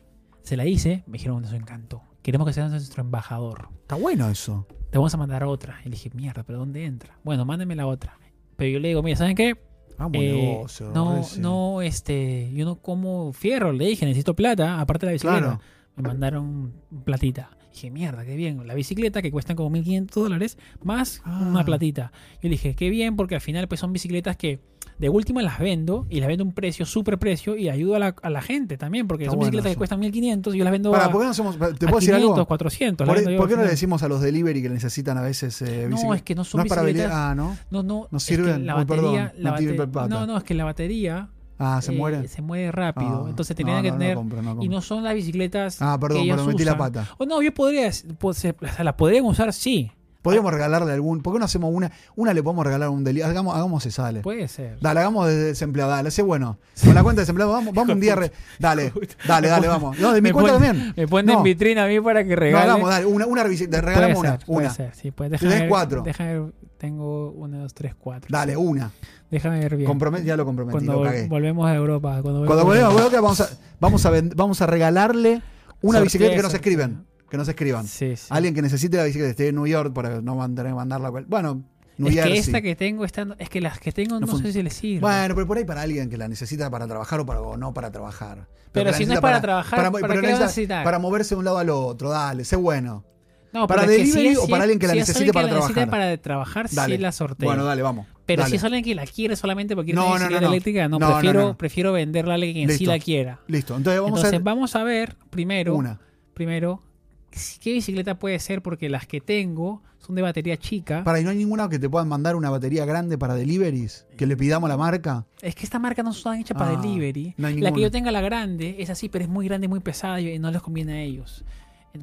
Speaker 1: Se la hice, me dijeron, nos encantó. Queremos que seas nuestro embajador.
Speaker 2: Está bueno eso.
Speaker 1: Te vamos a mandar otra. Y le dije, mierda, ¿pero dónde entra? Bueno, mándame la otra. Pero yo le digo, mira, ¿saben qué?
Speaker 2: Vamos,
Speaker 1: Eh,
Speaker 2: negocio.
Speaker 1: no,
Speaker 2: re, sí.
Speaker 1: no, este, yo no como fierro, le dije, necesito plata, aparte de la bicicleta.
Speaker 2: Claro.
Speaker 1: Me mandaron un platita. Dije, mierda, qué bien. La bicicleta que cuestan como 1.500 dólares más
Speaker 2: Ah.
Speaker 1: una platita. Yo le dije, qué bien, porque al final pues son bicicletas que de última las vendo y las vendo a un precio, súper precio y ayudo a la, a la gente también, porque
Speaker 2: Está
Speaker 1: son
Speaker 2: bueno
Speaker 1: bicicletas que
Speaker 2: eso.
Speaker 1: cuestan 1.500 y yo las vendo
Speaker 2: Pará,
Speaker 1: a,
Speaker 2: ¿por qué no hacemos.? ¿Te
Speaker 1: a
Speaker 2: puedo decir
Speaker 1: 500,
Speaker 2: algo?
Speaker 1: 400. las
Speaker 2: ¿Por, e-
Speaker 1: vendo yo
Speaker 2: por
Speaker 1: al
Speaker 2: qué no le
Speaker 1: final.
Speaker 2: decimos a los delivery que necesitan a veces eh,
Speaker 1: No,
Speaker 2: bicicleta?
Speaker 1: es que no son
Speaker 2: No es para
Speaker 1: bicicletas.
Speaker 2: bicicletas. Ah, ¿no?
Speaker 1: No, no,
Speaker 2: No
Speaker 1: es que
Speaker 2: sirven.
Speaker 1: la
Speaker 2: Uy, perdón,
Speaker 1: batería, la
Speaker 2: no tienen
Speaker 1: bate-
Speaker 2: pata.
Speaker 1: no, no, es que la batería
Speaker 2: Ah, se
Speaker 1: eh,
Speaker 2: muere.
Speaker 1: se muere rápido.
Speaker 2: Ah,
Speaker 1: Entonces
Speaker 2: no,
Speaker 1: tenían que
Speaker 2: no, no
Speaker 1: tener.
Speaker 2: compro, no
Speaker 1: y
Speaker 2: compro.
Speaker 1: no son las bicicletas.
Speaker 2: Ah, perdón,
Speaker 1: que ellos
Speaker 2: pero metí la
Speaker 1: usan.
Speaker 2: pata.
Speaker 1: O no, yo podría. pues, se- o sea, las podrían usar, sí.
Speaker 2: Podríamos regalarle algún. ¿Por qué no hacemos una? Una le podemos regalar a un delito. Hagamos, hagamos se sale.
Speaker 1: Puede ser.
Speaker 2: Dale, hagamos de desempleado, dale, sé bueno. Con la cuenta de desempleado, vamos, vamos un día. re- dale, dale, dale, vamos. No, de mi
Speaker 1: Me
Speaker 2: cuenta
Speaker 1: pone-
Speaker 2: también.
Speaker 1: Me ponen
Speaker 2: No.
Speaker 1: en vitrina a mí para que
Speaker 2: No,
Speaker 1: regale.
Speaker 2: hagamos, dale, una, una revisi- te
Speaker 1: Puede
Speaker 2: regalamos
Speaker 1: ser,
Speaker 2: una.
Speaker 1: puede
Speaker 2: una.
Speaker 1: ser, sí, pues
Speaker 2: Le
Speaker 1: déjame
Speaker 2: des
Speaker 1: ver,
Speaker 2: cuatro.
Speaker 1: Déjame ver, tengo uno, dos, tres, cuatro.
Speaker 2: Dale, una.
Speaker 1: Déjame ver bien.
Speaker 2: Comprome- ya lo comprometí,
Speaker 1: cuando
Speaker 2: lo
Speaker 1: vol-
Speaker 2: cagué.
Speaker 1: volvemos a Europa. Cuando,
Speaker 2: Cuando volvemos, bueno, que vamos a, vamos a, vend- vamos a regalarle una
Speaker 1: Sortea,
Speaker 2: bicicleta que nos
Speaker 1: sortea.
Speaker 2: escriben. Que nos escriban.
Speaker 1: Sí, sí.
Speaker 2: Alguien que necesite la bicicleta, esté en New York para no mandar, mandarla. cual- Bueno, New
Speaker 1: es que
Speaker 2: Jersey.
Speaker 1: esta que tengo, esta no- es que las que tengo no,
Speaker 2: No fun-
Speaker 1: sé si le sirve.
Speaker 2: Bueno, pero por ahí para alguien que la necesita para trabajar o, para, o no para trabajar.
Speaker 1: Pero
Speaker 2: que la
Speaker 1: si no
Speaker 2: necesita
Speaker 1: es para trabajar, ¿para qué
Speaker 2: pero
Speaker 1: la vas a
Speaker 2: necesita-
Speaker 1: necesitar?
Speaker 2: Para moverse de un lado al otro, dale, sé bueno.
Speaker 1: no,
Speaker 2: para
Speaker 1: pero es que si
Speaker 2: delivery
Speaker 1: es-
Speaker 2: o
Speaker 1: si es-
Speaker 2: para alguien que la
Speaker 1: si es
Speaker 2: necesite para
Speaker 1: que la necesite
Speaker 2: trabajar.
Speaker 1: para trabajar,
Speaker 2: Dale.
Speaker 1: sí la sorteo.
Speaker 2: Bueno, dale, vamos.
Speaker 1: pero
Speaker 2: dale.
Speaker 1: si es alguien que la quiere solamente porque
Speaker 2: No,
Speaker 1: tiene
Speaker 2: no,
Speaker 1: bicicleta
Speaker 2: no, no.
Speaker 1: eléctrica, no,
Speaker 2: No, no,
Speaker 1: prefiero,
Speaker 2: no.
Speaker 1: prefiero venderla a alguien que sí
Speaker 2: Listo.
Speaker 1: la quiera.
Speaker 2: Listo, entonces vamos
Speaker 1: Entonces
Speaker 2: a
Speaker 1: vamos a ver
Speaker 2: hacer
Speaker 1: primero,
Speaker 2: una.
Speaker 1: primero si- qué bicicleta puede ser porque las que tengo son de batería chica.
Speaker 2: Para, ¿y no hay ninguna que te puedan mandar una batería grande para deliveries? Que le pidamos a la marca.
Speaker 1: Es que esta marca no está hecha para
Speaker 2: Ah,
Speaker 1: delivery.
Speaker 2: no hay
Speaker 1: la que
Speaker 2: ninguna.
Speaker 1: yo tenga, la grande, es así, pero es muy grande, muy pesada y no les conviene a ellos.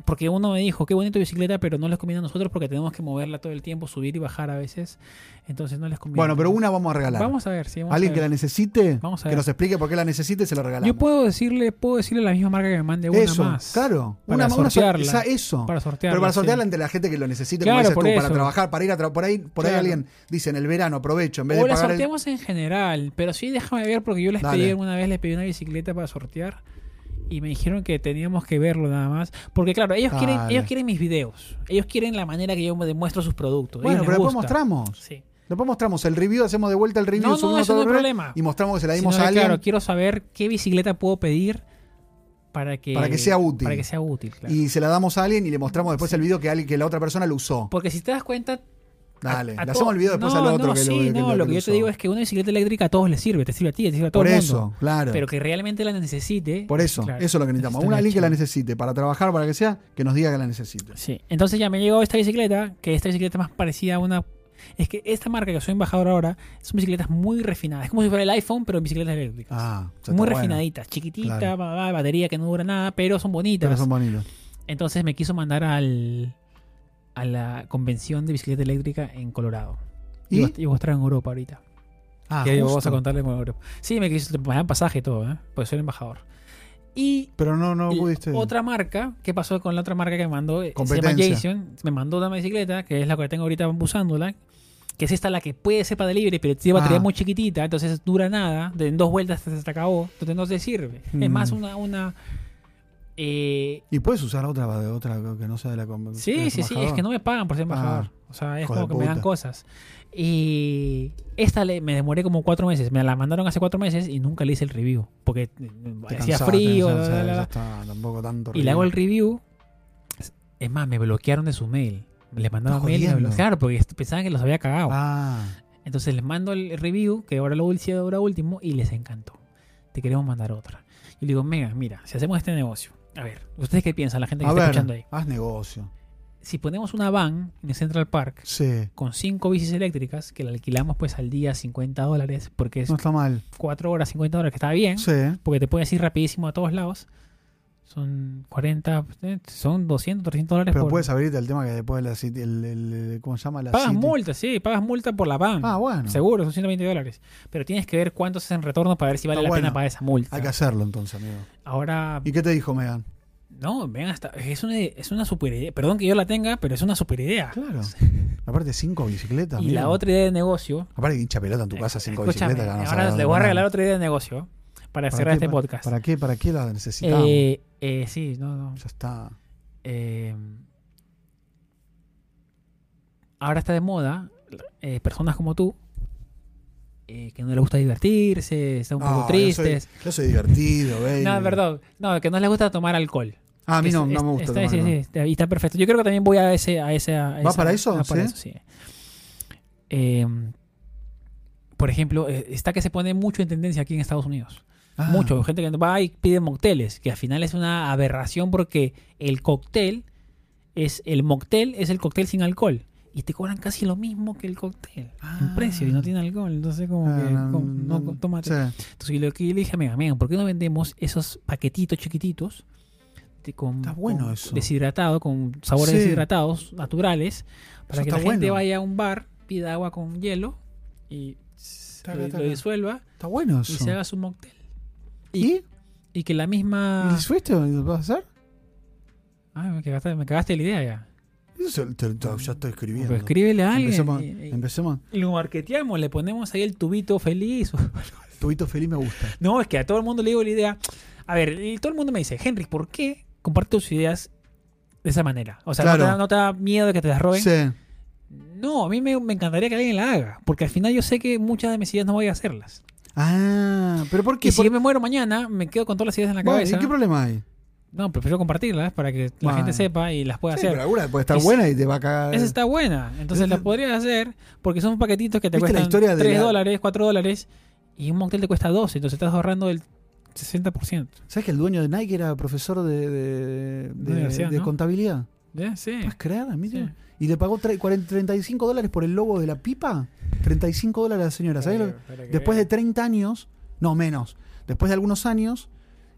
Speaker 1: Porque uno me dijo, qué bonito bicicleta, pero no les conviene a nosotros porque tenemos que moverla todo el tiempo, subir y bajar a veces. Entonces no les conviene.
Speaker 2: Bueno, pero una vamos a regalar.
Speaker 1: Vamos a ver, sí, vamos
Speaker 2: alguien
Speaker 1: a
Speaker 2: que la
Speaker 1: ver.
Speaker 2: necesite,
Speaker 1: Vamos a
Speaker 2: que
Speaker 1: ver.
Speaker 2: nos explique por qué la necesite, se la regalamos.
Speaker 1: Yo puedo decirle, puedo decirle a la misma marca que me mande una
Speaker 2: eso,
Speaker 1: más.
Speaker 2: claro.
Speaker 1: Para
Speaker 2: una, una
Speaker 1: sortearla.
Speaker 2: esa- eso.
Speaker 1: Para sortearla.
Speaker 2: Pero para
Speaker 1: sí.
Speaker 2: sortearla entre la gente que lo necesite, como
Speaker 1: Claro,
Speaker 2: dices
Speaker 1: por
Speaker 2: tú, para
Speaker 1: eso.
Speaker 2: trabajar, para ir a trabajar. Por ahí, por ahí
Speaker 1: Claro.
Speaker 2: alguien dice, en el verano aprovecho, en vez
Speaker 1: O
Speaker 2: de
Speaker 1: la
Speaker 2: pagar el-
Speaker 1: sorteamos en general, pero sí déjame ver porque yo les
Speaker 2: Dale.
Speaker 1: pedí alguna vez, les pedí una bicicleta para sortear y me dijeron que teníamos que verlo nada más. Porque claro, ellos quieren,
Speaker 2: Dale.
Speaker 1: ellos quieren mis videos, ellos quieren la manera que yo me demuestro sus productos.
Speaker 2: Bueno,
Speaker 1: ellos
Speaker 2: pero
Speaker 1: les
Speaker 2: después
Speaker 1: gusta.
Speaker 2: mostramos.
Speaker 1: Sí.
Speaker 2: Después mostramos el review, hacemos de vuelta el review,
Speaker 1: No, no,
Speaker 2: subimos
Speaker 1: eso
Speaker 2: todo
Speaker 1: no hay
Speaker 2: el review
Speaker 1: problema.
Speaker 2: y mostramos que se la
Speaker 1: Sino
Speaker 2: dimos
Speaker 1: que,
Speaker 2: a alguien.
Speaker 1: claro, quiero saber qué bicicleta puedo pedir para que,
Speaker 2: Para que sea útil.
Speaker 1: Para que sea útil, claro.
Speaker 2: Y se la damos a alguien y le mostramos después el video que, alguien, que la otra persona lo usó.
Speaker 1: Porque si te das cuenta... a-
Speaker 2: Dale,
Speaker 1: a
Speaker 2: le
Speaker 1: todo-
Speaker 2: hacemos el video después
Speaker 1: no,
Speaker 2: al otro
Speaker 1: no,
Speaker 2: que lo-
Speaker 1: sí,
Speaker 2: que
Speaker 1: no,
Speaker 2: lo-
Speaker 1: lo que
Speaker 2: que lo
Speaker 1: yo te
Speaker 2: usó.
Speaker 1: digo es que una bicicleta eléctrica a todos les sirve, te sirve a ti, te sirve a todo
Speaker 2: Por
Speaker 1: el
Speaker 2: eso,
Speaker 1: mundo.
Speaker 2: claro.
Speaker 1: Pero que realmente la necesite.
Speaker 2: Por eso,
Speaker 1: claro,
Speaker 2: eso es lo que necesitamos.
Speaker 1: está
Speaker 2: Una
Speaker 1: la
Speaker 2: alguien que la
Speaker 1: chica.
Speaker 2: necesite, para trabajar, para que sea, que nos diga que la necesite.
Speaker 1: Sí, entonces ya me llegó esta bicicleta, que esta bicicleta es más parecida a una... Es que esta marca que soy embajador ahora son bicicletas muy refinadas. Es como si fuera el iPhone, pero en bicicletas eléctricas.
Speaker 2: Ah, ya está
Speaker 1: muy
Speaker 2: bueno.
Speaker 1: refinaditas, chiquitita,
Speaker 2: Claro.
Speaker 1: ba- ba- batería que no dura nada, pero son bonitas.
Speaker 2: Pero son bonitos.
Speaker 1: Entonces me quiso mandar al a la convención de bicicleta eléctrica en Colorado.
Speaker 2: ¿Y?
Speaker 1: Iba, a- iba a estar en Europa ahorita.
Speaker 2: Ah,
Speaker 1: que vamos
Speaker 2: justo.
Speaker 1: a contarle con Europa. Sí, me quiso me dan pasaje y todo, ¿eh? Pues soy el embajador. Y
Speaker 2: Pero no, no
Speaker 1: y
Speaker 2: pudiste.
Speaker 1: Otra marca, ¿qué pasó con la otra marca que me mandó? Eh, Se llama
Speaker 2: Competencia.
Speaker 1: Jason, me mandó una bicicleta, que es la que tengo ahorita usándola, que es esta la que puede ser para delivery, pero tiene batería
Speaker 2: Ah.
Speaker 1: muy chiquitita, entonces dura nada, de- en dos vueltas se te acabó, entonces no te sirve. Es
Speaker 2: Mm.
Speaker 1: más una... una eh,
Speaker 2: Y puedes usar otra, otra que no sea de la convención.
Speaker 1: sí, sí, sí, es que no me pagan por ser embajador.
Speaker 2: Ah.
Speaker 1: o sea, es
Speaker 2: Hijo
Speaker 1: como
Speaker 2: de
Speaker 1: que me dan
Speaker 2: puta.
Speaker 1: cosas. Y esta le, me demoré como cuatro meses, me la mandaron hace cuatro meses y nunca le hice el review, porque eh, hacía frío, bla, bla, bla, bla.
Speaker 2: tampoco tanto.
Speaker 1: Y le hago el review. Es más, me bloquearon de su mail. Les mandaba
Speaker 2: Estás
Speaker 1: mail y me
Speaker 2: jodiendo.
Speaker 1: bloquearon porque est- pensaban que los había cagado.
Speaker 2: Ah,
Speaker 1: Entonces les mando el review, que ahora lo último, ahora último, y les encantó. Te queremos mandar otra. Yo le digo, Mega, mira, si hacemos este negocio, a ver, ¿ustedes qué piensan, la gente que
Speaker 2: a
Speaker 1: está
Speaker 2: ver,
Speaker 1: escuchando ahí?
Speaker 2: haz negocio.
Speaker 1: Si ponemos una van en Central Park
Speaker 2: Sí,
Speaker 1: con cinco bicis eléctricas, que la alquilamos pues al día 50 dólares, porque es
Speaker 2: no está mal.
Speaker 1: cuatro horas, 50 dólares, que está bien,
Speaker 2: Sí,
Speaker 1: porque te puedes ir rapidísimo a todos lados. Son 40, eh, son 200, 300 dólares
Speaker 2: pero
Speaker 1: por,
Speaker 2: puedes abrirte el tema que después la city, el, el, el- ¿cómo se llama? La
Speaker 1: Pagas
Speaker 2: city.
Speaker 1: multa, sí, pagas multa por la van.
Speaker 2: Ah, bueno.
Speaker 1: Seguro, son 120 dólares. Pero tienes que ver cuánto es en retorno para ver si vale
Speaker 2: Está
Speaker 1: la
Speaker 2: Ah, bueno.
Speaker 1: pena pagar esa multa.
Speaker 2: Hay que hacerlo entonces, amigo.
Speaker 1: Ahora,
Speaker 2: ¿Y qué te dijo Megan?
Speaker 1: no, ven hasta. Es una, es una super idea. Perdón que yo la tenga, pero es una super idea.
Speaker 2: Claro. Aparte, cinco bicicletas.
Speaker 1: Y la
Speaker 2: amigo.
Speaker 1: otra idea de negocio.
Speaker 2: Aparte, hincha pelota en tu casa, cinco
Speaker 1: escúchame,
Speaker 2: bicicletas. que van a
Speaker 1: ahora
Speaker 2: sacar
Speaker 1: les voy a
Speaker 2: de
Speaker 1: regalar
Speaker 2: nada.
Speaker 1: otra idea de negocio para,
Speaker 2: ¿Para
Speaker 1: cerrar
Speaker 2: qué-
Speaker 1: este podcast.
Speaker 2: ¿Para qué? ¿Para qué la necesitamos?
Speaker 1: eh, eh, sí, no, no.
Speaker 2: ya está.
Speaker 1: Eh, ahora está de moda eh, personas como tú eh, que no les gusta divertirse, están un
Speaker 2: No,
Speaker 1: poco
Speaker 2: Ah, yo
Speaker 1: tristes.
Speaker 2: soy- Yo soy, divertido, baby.
Speaker 1: No, perdón. No, que no les gusta tomar alcohol.
Speaker 2: Ah, a mí
Speaker 1: Es-
Speaker 2: no, no
Speaker 1: es-
Speaker 2: me gusta.
Speaker 1: está-
Speaker 2: tomar
Speaker 1: sí,
Speaker 2: alcohol.
Speaker 1: sí, está- y está perfecto. Yo creo que también voy a ese... A ese a
Speaker 2: ¿Va
Speaker 1: esa-
Speaker 2: para eso?
Speaker 1: va para
Speaker 2: ¿Sí?
Speaker 1: eso, sí. Eh, por ejemplo, eh, está que se pone mucho en tendencia aquí en Estados Unidos.
Speaker 2: Ah,
Speaker 1: Mucho, gente que va y pide mocteles, que al final es una aberración porque el cóctel es el moctel, es el cóctel sin alcohol. Y te cobran casi lo mismo que el cóctel.
Speaker 2: Ah.
Speaker 1: En precio y no tiene alcohol. Entonces, como
Speaker 2: ah,
Speaker 1: que como- no, tómate.
Speaker 2: sí.
Speaker 1: Entonces, y lo que yo le dije a mi amiga, "Amiga, ¿por qué no vendemos esos paquetitos chiquititos este, con,
Speaker 2: Está bueno
Speaker 1: con
Speaker 2: eso.
Speaker 1: deshidratado, con sabores
Speaker 2: Sí.
Speaker 1: deshidratados naturales, para
Speaker 2: Eso
Speaker 1: que
Speaker 2: está
Speaker 1: la gente
Speaker 2: bueno.
Speaker 1: vaya a un bar, pida agua con hielo y s-
Speaker 2: Taca,
Speaker 1: lo, lo
Speaker 2: taca.
Speaker 1: disuelva
Speaker 2: Está bueno
Speaker 1: y
Speaker 2: eso.
Speaker 1: se haga su mocktail.
Speaker 2: ¿Y? ¿Y
Speaker 1: Y ah. que la misma...
Speaker 2: el suerte lo vas a hacer?
Speaker 1: Ah, me cagaste, me cagaste la idea ya.
Speaker 2: Eso te- te- ya estoy escribiendo.
Speaker 1: Pues escríbele a alguien.
Speaker 2: Empecemos,
Speaker 1: y- y-
Speaker 2: empecemos.
Speaker 1: y lo marqueteamos, le ponemos ahí el tubito feliz.
Speaker 2: Tubito feliz me gusta.
Speaker 1: No, es que a todo el mundo le digo la idea. A ver, y todo el mundo me dice, Henry, ¿por qué comparte tus ideas de esa manera? O sea, ¿no,
Speaker 2: Claro.
Speaker 1: te da, no te da miedo de que te las roben?
Speaker 2: Sí.
Speaker 1: No, a mí me, me encantaría que alguien la haga, porque al final yo sé que muchas de mis ideas no voy a hacerlas.
Speaker 2: Ah, pero ¿por qué?
Speaker 1: Y si
Speaker 2: Por-
Speaker 1: yo me muero mañana, me quedo con todas las ideas en la
Speaker 2: Bueno, ¿y
Speaker 1: cabeza.
Speaker 2: ¿Qué problema hay?
Speaker 1: No, prefiero compartirlas para que la
Speaker 2: Bueno.
Speaker 1: gente sepa y las pueda
Speaker 2: Sí, pero
Speaker 1: hacer.
Speaker 2: alguna puede estar
Speaker 1: Y si-
Speaker 2: buena y te va a cagar.
Speaker 1: Esa está buena, entonces
Speaker 2: Esa-
Speaker 1: la podrías hacer porque son paquetitos que te
Speaker 2: ¿Viste la
Speaker 1: cuestan
Speaker 2: historia de
Speaker 1: 3
Speaker 2: la-
Speaker 1: dólares, 4 dólares y un mocktail te cuesta 12, entonces estás ahorrando el 60%.
Speaker 2: ¿Sabes que el dueño de Nike era profesor de, de, de-
Speaker 1: universidad,
Speaker 2: de
Speaker 1: ¿no?
Speaker 2: contabilidad?
Speaker 1: ¿Ya? Sí.
Speaker 2: ¿Puedes creer? Mira.
Speaker 1: Sí.
Speaker 2: ¿Y le pagó tre- 40 35 dólares por el logo de la pipa? 35 dólares a la señora. ¿Sabes lo- Después de 30 años, no menos, después de algunos años,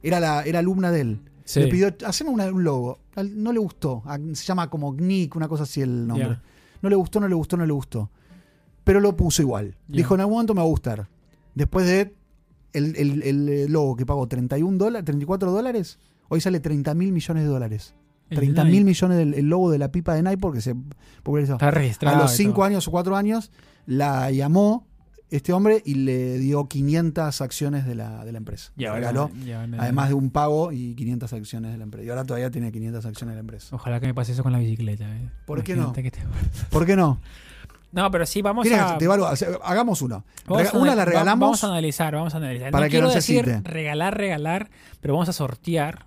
Speaker 2: era, la, era alumna de él.
Speaker 1: Sí.
Speaker 2: Le pidió, haceme una- un logo. Al- No le gustó. A- Se llama como Gnick, una cosa así el nombre.
Speaker 1: Ya.
Speaker 2: No le gustó, no le gustó, no le gustó. Pero lo puso igual.
Speaker 1: Ya.
Speaker 2: Dijo, en algún momento me va a gustar. Después de el, el- el logo que pagó 31 dólares, 34 dólares, hoy sale 30 mil millones de dólares.
Speaker 1: El
Speaker 2: 30 mil
Speaker 1: Nike.
Speaker 2: millones del el logo de la pipa de Nike porque se popularizó.
Speaker 1: Está
Speaker 2: A
Speaker 1: registrado.
Speaker 2: los
Speaker 1: y
Speaker 2: 5
Speaker 1: todo.
Speaker 2: años o 4 años la llamó este hombre y le dio 500 acciones de la, de la empresa.
Speaker 1: Y
Speaker 2: Le
Speaker 1: ahora-
Speaker 2: regaló,
Speaker 1: y ahora-
Speaker 2: además de un pago y 500 acciones de la empresa. Y ahora todavía tiene 500 acciones de la empresa.
Speaker 1: Ojalá que me pase eso con la bicicleta. ¿eh?
Speaker 2: ¿Por qué
Speaker 1: Imagínate que te-
Speaker 2: ¿Por qué no?
Speaker 1: No, pero sí, vamos
Speaker 2: Mira,
Speaker 1: a.
Speaker 2: te evalúa, o sea, hagamos una.
Speaker 1: vamos
Speaker 2: Rega-
Speaker 1: a-
Speaker 2: una
Speaker 1: va-
Speaker 2: la regalamos.
Speaker 1: Vamos a analizar, vamos a analizar.
Speaker 2: para
Speaker 1: no
Speaker 2: que
Speaker 1: quiero
Speaker 2: no se
Speaker 1: decir
Speaker 2: excite.
Speaker 1: regalar, regalar, pero vamos a sortear.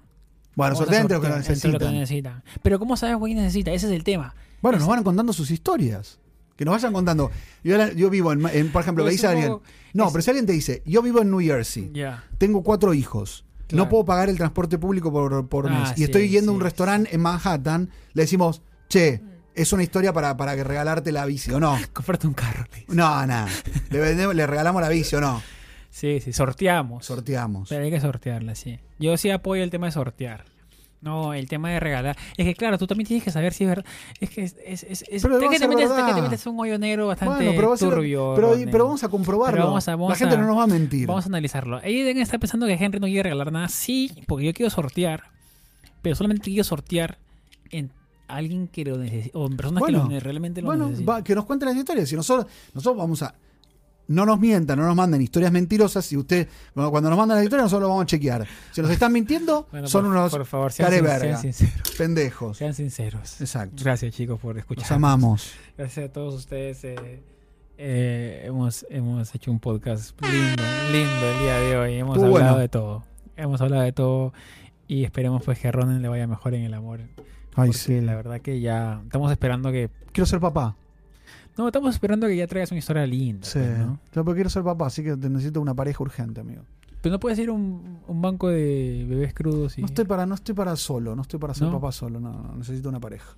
Speaker 1: Vamos
Speaker 2: bueno,
Speaker 1: a
Speaker 2: sortea entre los que
Speaker 1: sortear,
Speaker 2: lo
Speaker 1: entre lo que
Speaker 2: necesitan.
Speaker 1: necesitan. Pero ¿cómo sabes quién necesita? Ese es el tema.
Speaker 2: Bueno, nos van contando sus historias. Que nos vayan contando. Yo, la- yo vivo en, en- por ejemplo,
Speaker 1: Pero es
Speaker 2: le dice a
Speaker 1: un
Speaker 2: alguien.
Speaker 1: poco-
Speaker 2: No,
Speaker 1: es-
Speaker 2: pero si alguien te dice, yo vivo en New Jersey.
Speaker 1: Ya.
Speaker 2: tengo cuatro hijos.
Speaker 1: Claro.
Speaker 2: No puedo pagar el transporte público por, por
Speaker 1: Ah,
Speaker 2: mes. Y
Speaker 1: sí,
Speaker 2: estoy yendo a un
Speaker 1: sí,
Speaker 2: restaurante en Manhattan. Le decimos, che, es una historia para, para que regalarte la bici, ¿o no?
Speaker 1: Comprarte un carro. le dice.
Speaker 2: No, nada. Le, vendemos- le regalamos la bici, ¿o no?
Speaker 1: Sí, sí, sorteamos.
Speaker 2: Sorteamos.
Speaker 1: Pero hay que sortearla, sí. Yo sí apoyo el tema de sortear. No, el tema de regalar. Es que claro, tú también tienes que saber si es verdad. Es que es, es, es, es-
Speaker 2: Pero
Speaker 1: te-
Speaker 2: va
Speaker 1: que
Speaker 2: a
Speaker 1: te
Speaker 2: ser
Speaker 1: metes, te- que
Speaker 2: verdad.
Speaker 1: te metes un hoyo negro bastante
Speaker 2: Bueno, pero, va a ser-
Speaker 1: turbio.
Speaker 2: pero-
Speaker 1: Rodney.
Speaker 2: pero vamos a comprobarlo.
Speaker 1: Pero vamos a- vamos
Speaker 2: la gente
Speaker 1: a-
Speaker 2: no nos va a mentir.
Speaker 1: Vamos a analizarlo. Ahí deben estar pensando que Henry no quiere regalar nada. Sí, porque yo quiero sortear. Pero solamente quiero sortear en alguien que lo necesite. O en personas
Speaker 2: Bueno,
Speaker 1: que lo, realmente lo
Speaker 2: bueno,
Speaker 1: necesitan.
Speaker 2: va- que nos cuenten las historias. Si nosotros, nosotros vamos a. No nos mientan, no nos manden historias mentirosas. Si usted, bueno, cuando nos mandan las historias, nosotros lo vamos a chequear. Si nos están mintiendo,
Speaker 1: Bueno,
Speaker 2: son
Speaker 1: por-
Speaker 2: unos
Speaker 1: Por favor, sean,
Speaker 2: care
Speaker 1: sin-
Speaker 2: verga.
Speaker 1: sean sinceros.
Speaker 2: pendejos.
Speaker 1: Sean sinceros.
Speaker 2: Exacto.
Speaker 1: Gracias, chicos, por escuchar.
Speaker 2: Los amamos.
Speaker 1: Gracias a todos ustedes. eh, eh, hemos, hemos hecho un podcast lindo, lindo el día de hoy. Hemos
Speaker 2: Estuvo
Speaker 1: hablado
Speaker 2: bueno.
Speaker 1: de todo. Hemos hablado de todo. Y esperemos pues que a Ronen le vaya mejor en el amor.
Speaker 2: Ay,
Speaker 1: porque
Speaker 2: sí.
Speaker 1: La verdad que ya estamos esperando que...
Speaker 2: Quiero ser papá.
Speaker 1: No, estamos esperando que ya traigas una historia linda.
Speaker 2: Sí.
Speaker 1: pues, ¿no?
Speaker 2: Yo porque quiero ser papá, así que te necesito una pareja urgente, amigo.
Speaker 1: Pero no puedes ir a un, un banco de bebés crudos y...
Speaker 2: No estoy para, no estoy para solo, no estoy para ser
Speaker 1: ¿No?
Speaker 2: papá solo, no, no, necesito una pareja.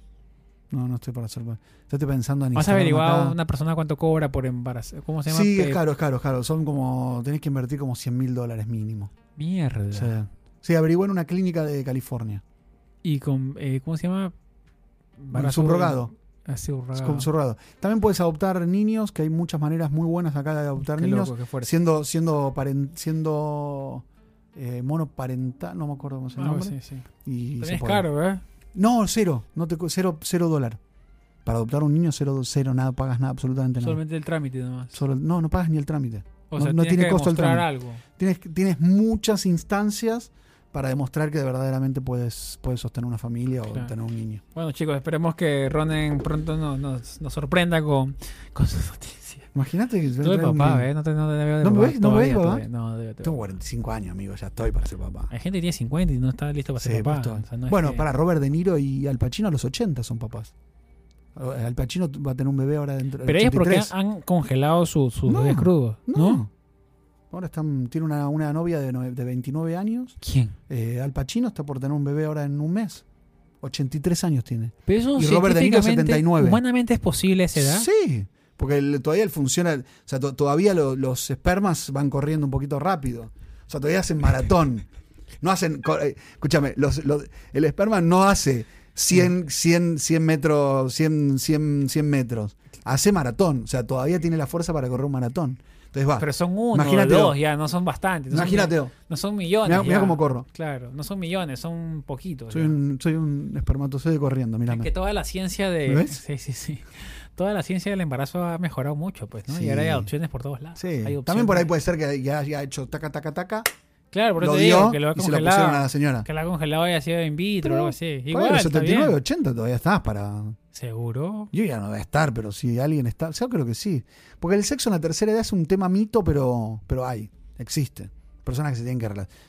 Speaker 2: No, no estoy para ser papá. Ya estoy pensando en
Speaker 1: ¿Has
Speaker 2: instalarme
Speaker 1: averiguado
Speaker 2: acá.
Speaker 1: una persona cuánto cobra por embarazo? ¿Cómo se llama? Eh,
Speaker 2: Sí, es
Speaker 1: Pe-
Speaker 2: caro, es caro, es caro. Son como, tenés que invertir como 100 mil dólares mínimo.
Speaker 1: Mierda.
Speaker 2: Sí. Sí, averigué en una clínica de California.
Speaker 1: Y con... eh, ¿Cómo se llama?
Speaker 2: Bueno,
Speaker 1: Embarazo-
Speaker 2: subrogado.
Speaker 1: Ah, subrogado.
Speaker 2: con subrogado. También puedes adoptar niños, que hay muchas maneras muy buenas acá de adoptar
Speaker 1: Qué
Speaker 2: niños.
Speaker 1: loco, qué fuerte.
Speaker 2: Siendo, siendo, paren- siendo eh, monoparental, no me acuerdo cómo se
Speaker 1: Ah,
Speaker 2: llama.
Speaker 1: sí, sí.
Speaker 2: Y
Speaker 1: También
Speaker 2: se
Speaker 1: es
Speaker 2: puede.
Speaker 1: caro, ¿eh? ¿verdad?
Speaker 2: No, cero. No te, cu- cero, cero dólar. Para adoptar un niño, cero, cero, nada, pagas nada, absolutamente nada.
Speaker 1: Solamente el trámite nomás.
Speaker 2: Solo- no, no pagas ni el trámite.
Speaker 1: O
Speaker 2: No-
Speaker 1: sea,
Speaker 2: no
Speaker 1: tienes
Speaker 2: tiene
Speaker 1: que
Speaker 2: costo el
Speaker 1: demostrar algo.
Speaker 2: Tienes, tienes muchas instancias para demostrar que verdaderamente puedes, puedes sostener una familia o
Speaker 1: Claro.
Speaker 2: tener un niño.
Speaker 1: Bueno, chicos, esperemos que Ronen pronto nos, nos, nos sorprenda con, con sus noticias.
Speaker 2: Imagínate que yo
Speaker 1: Tú de
Speaker 2: tengo un
Speaker 1: papá,
Speaker 2: niño.
Speaker 1: ¿eh? No te, no te veo de
Speaker 2: ¿No me
Speaker 1: papá
Speaker 2: ves? ¿No me
Speaker 1: todavía,
Speaker 2: ves, papá?
Speaker 1: todavía. No, de- de-
Speaker 2: Tengo 45 años, amigo, ya estoy para ser papá.
Speaker 1: Hay gente que tiene 50 y no está lista para ser
Speaker 2: Sí,
Speaker 1: papá.
Speaker 2: estoy.
Speaker 1: O sea, no es
Speaker 2: bueno,
Speaker 1: que-
Speaker 2: para Robert De Niro y Al Pacino a los 80 son papás. Al Pacino va a tener un bebé ahora dentro de
Speaker 1: Pero ellos porque han congelado su- sus
Speaker 2: No,
Speaker 1: bebés crudos, ¿no?
Speaker 2: No. Ahora están, tiene una, una novia de, nue- de 29 años.
Speaker 1: ¿Quién?
Speaker 2: Eh, Al Pacino está por tener un bebé ahora en un mes. 83 años tiene.
Speaker 1: Pero eso
Speaker 2: Y Robert De Niro,
Speaker 1: científicamente,
Speaker 2: 79.
Speaker 1: ¿Humanamente es posible a esa edad?
Speaker 2: Sí, porque el- todavía él funciona. O sea, to- todavía lo- los espermas van corriendo un poquito rápido. O sea, todavía hacen maratón. No hacen. co- eh, Escúchame, los- los- el esperma no hace 100, 100, 100 metros, 100, 100, 100 metros. Hace maratón. O sea, todavía tiene la fuerza para correr un maratón. Entonces va.
Speaker 1: Pero son uno,
Speaker 2: Imagínatelo.
Speaker 1: dos, ya, no son bastantes. no son-
Speaker 2: Imagínatelo.
Speaker 1: no son millones.
Speaker 2: Mirá- mirá
Speaker 1: ya.
Speaker 2: cómo corro.
Speaker 1: Claro, no son millones, son poquitos.
Speaker 2: Soy
Speaker 1: ya.
Speaker 2: un, soy un espermatozoide corriendo,
Speaker 1: Es que
Speaker 2: mirame.
Speaker 1: toda la ciencia
Speaker 2: ¿Me
Speaker 1: de.
Speaker 2: ves?
Speaker 1: Sí, sí, sí. Toda la ciencia del embarazo ha mejorado mucho, pues, ¿no?
Speaker 2: Sí.
Speaker 1: Y ahora hay opciones por todos lados.
Speaker 2: Sí.
Speaker 1: Hay opciones.
Speaker 2: También por ahí puede ser que ya haya hecho taca, taca, taca.
Speaker 1: Claro, por eso
Speaker 2: lo
Speaker 1: te
Speaker 2: dio
Speaker 1: digo que lo ha
Speaker 2: y se lo pusieron a
Speaker 1: congelado.
Speaker 2: la señora.
Speaker 1: Que lo ha congelado haya sido in vitro
Speaker 2: Pero,
Speaker 1: o algo así.
Speaker 2: Bueno,
Speaker 1: Igual, está
Speaker 2: 79,
Speaker 1: bien.
Speaker 2: 80 todavía estás para.
Speaker 1: Seguro.
Speaker 2: Yo ya no voy a estar, pero si alguien está. Yo creo que sí. Porque el sexo en la tercera edad es un tema mito, pero, pero hay. Existe. Personas que se tienen que relacionar.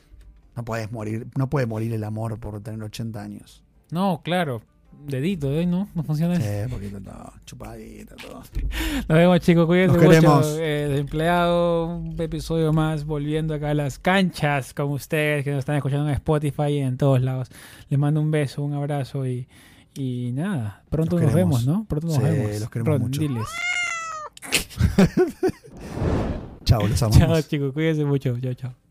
Speaker 2: No puedes morir, no puede morir el amor por tener 80 años.
Speaker 1: No, claro. Dedito, ¿eh? No, no funciona.
Speaker 2: Sí,
Speaker 1: eso.
Speaker 2: porque está todo chupadita, todo.
Speaker 1: Nos vemos, chicos. Cuídense
Speaker 2: Nos
Speaker 1: mucho.
Speaker 2: queremos.
Speaker 1: Eh, desempleado, un episodio más volviendo acá a las canchas con ustedes que nos están escuchando en Spotify y en todos lados. Les mando un beso, un abrazo y, y nada. Pronto
Speaker 2: Los
Speaker 1: nos vemos,
Speaker 2: queremos.
Speaker 1: ¿no? Pronto nos
Speaker 2: Sí,
Speaker 1: vemos.
Speaker 2: los queremos
Speaker 1: Pronto,
Speaker 2: mucho.
Speaker 1: Diles.
Speaker 2: Chao, los amamos.
Speaker 1: Chao, chicos. Cuídense mucho. Chao, chao.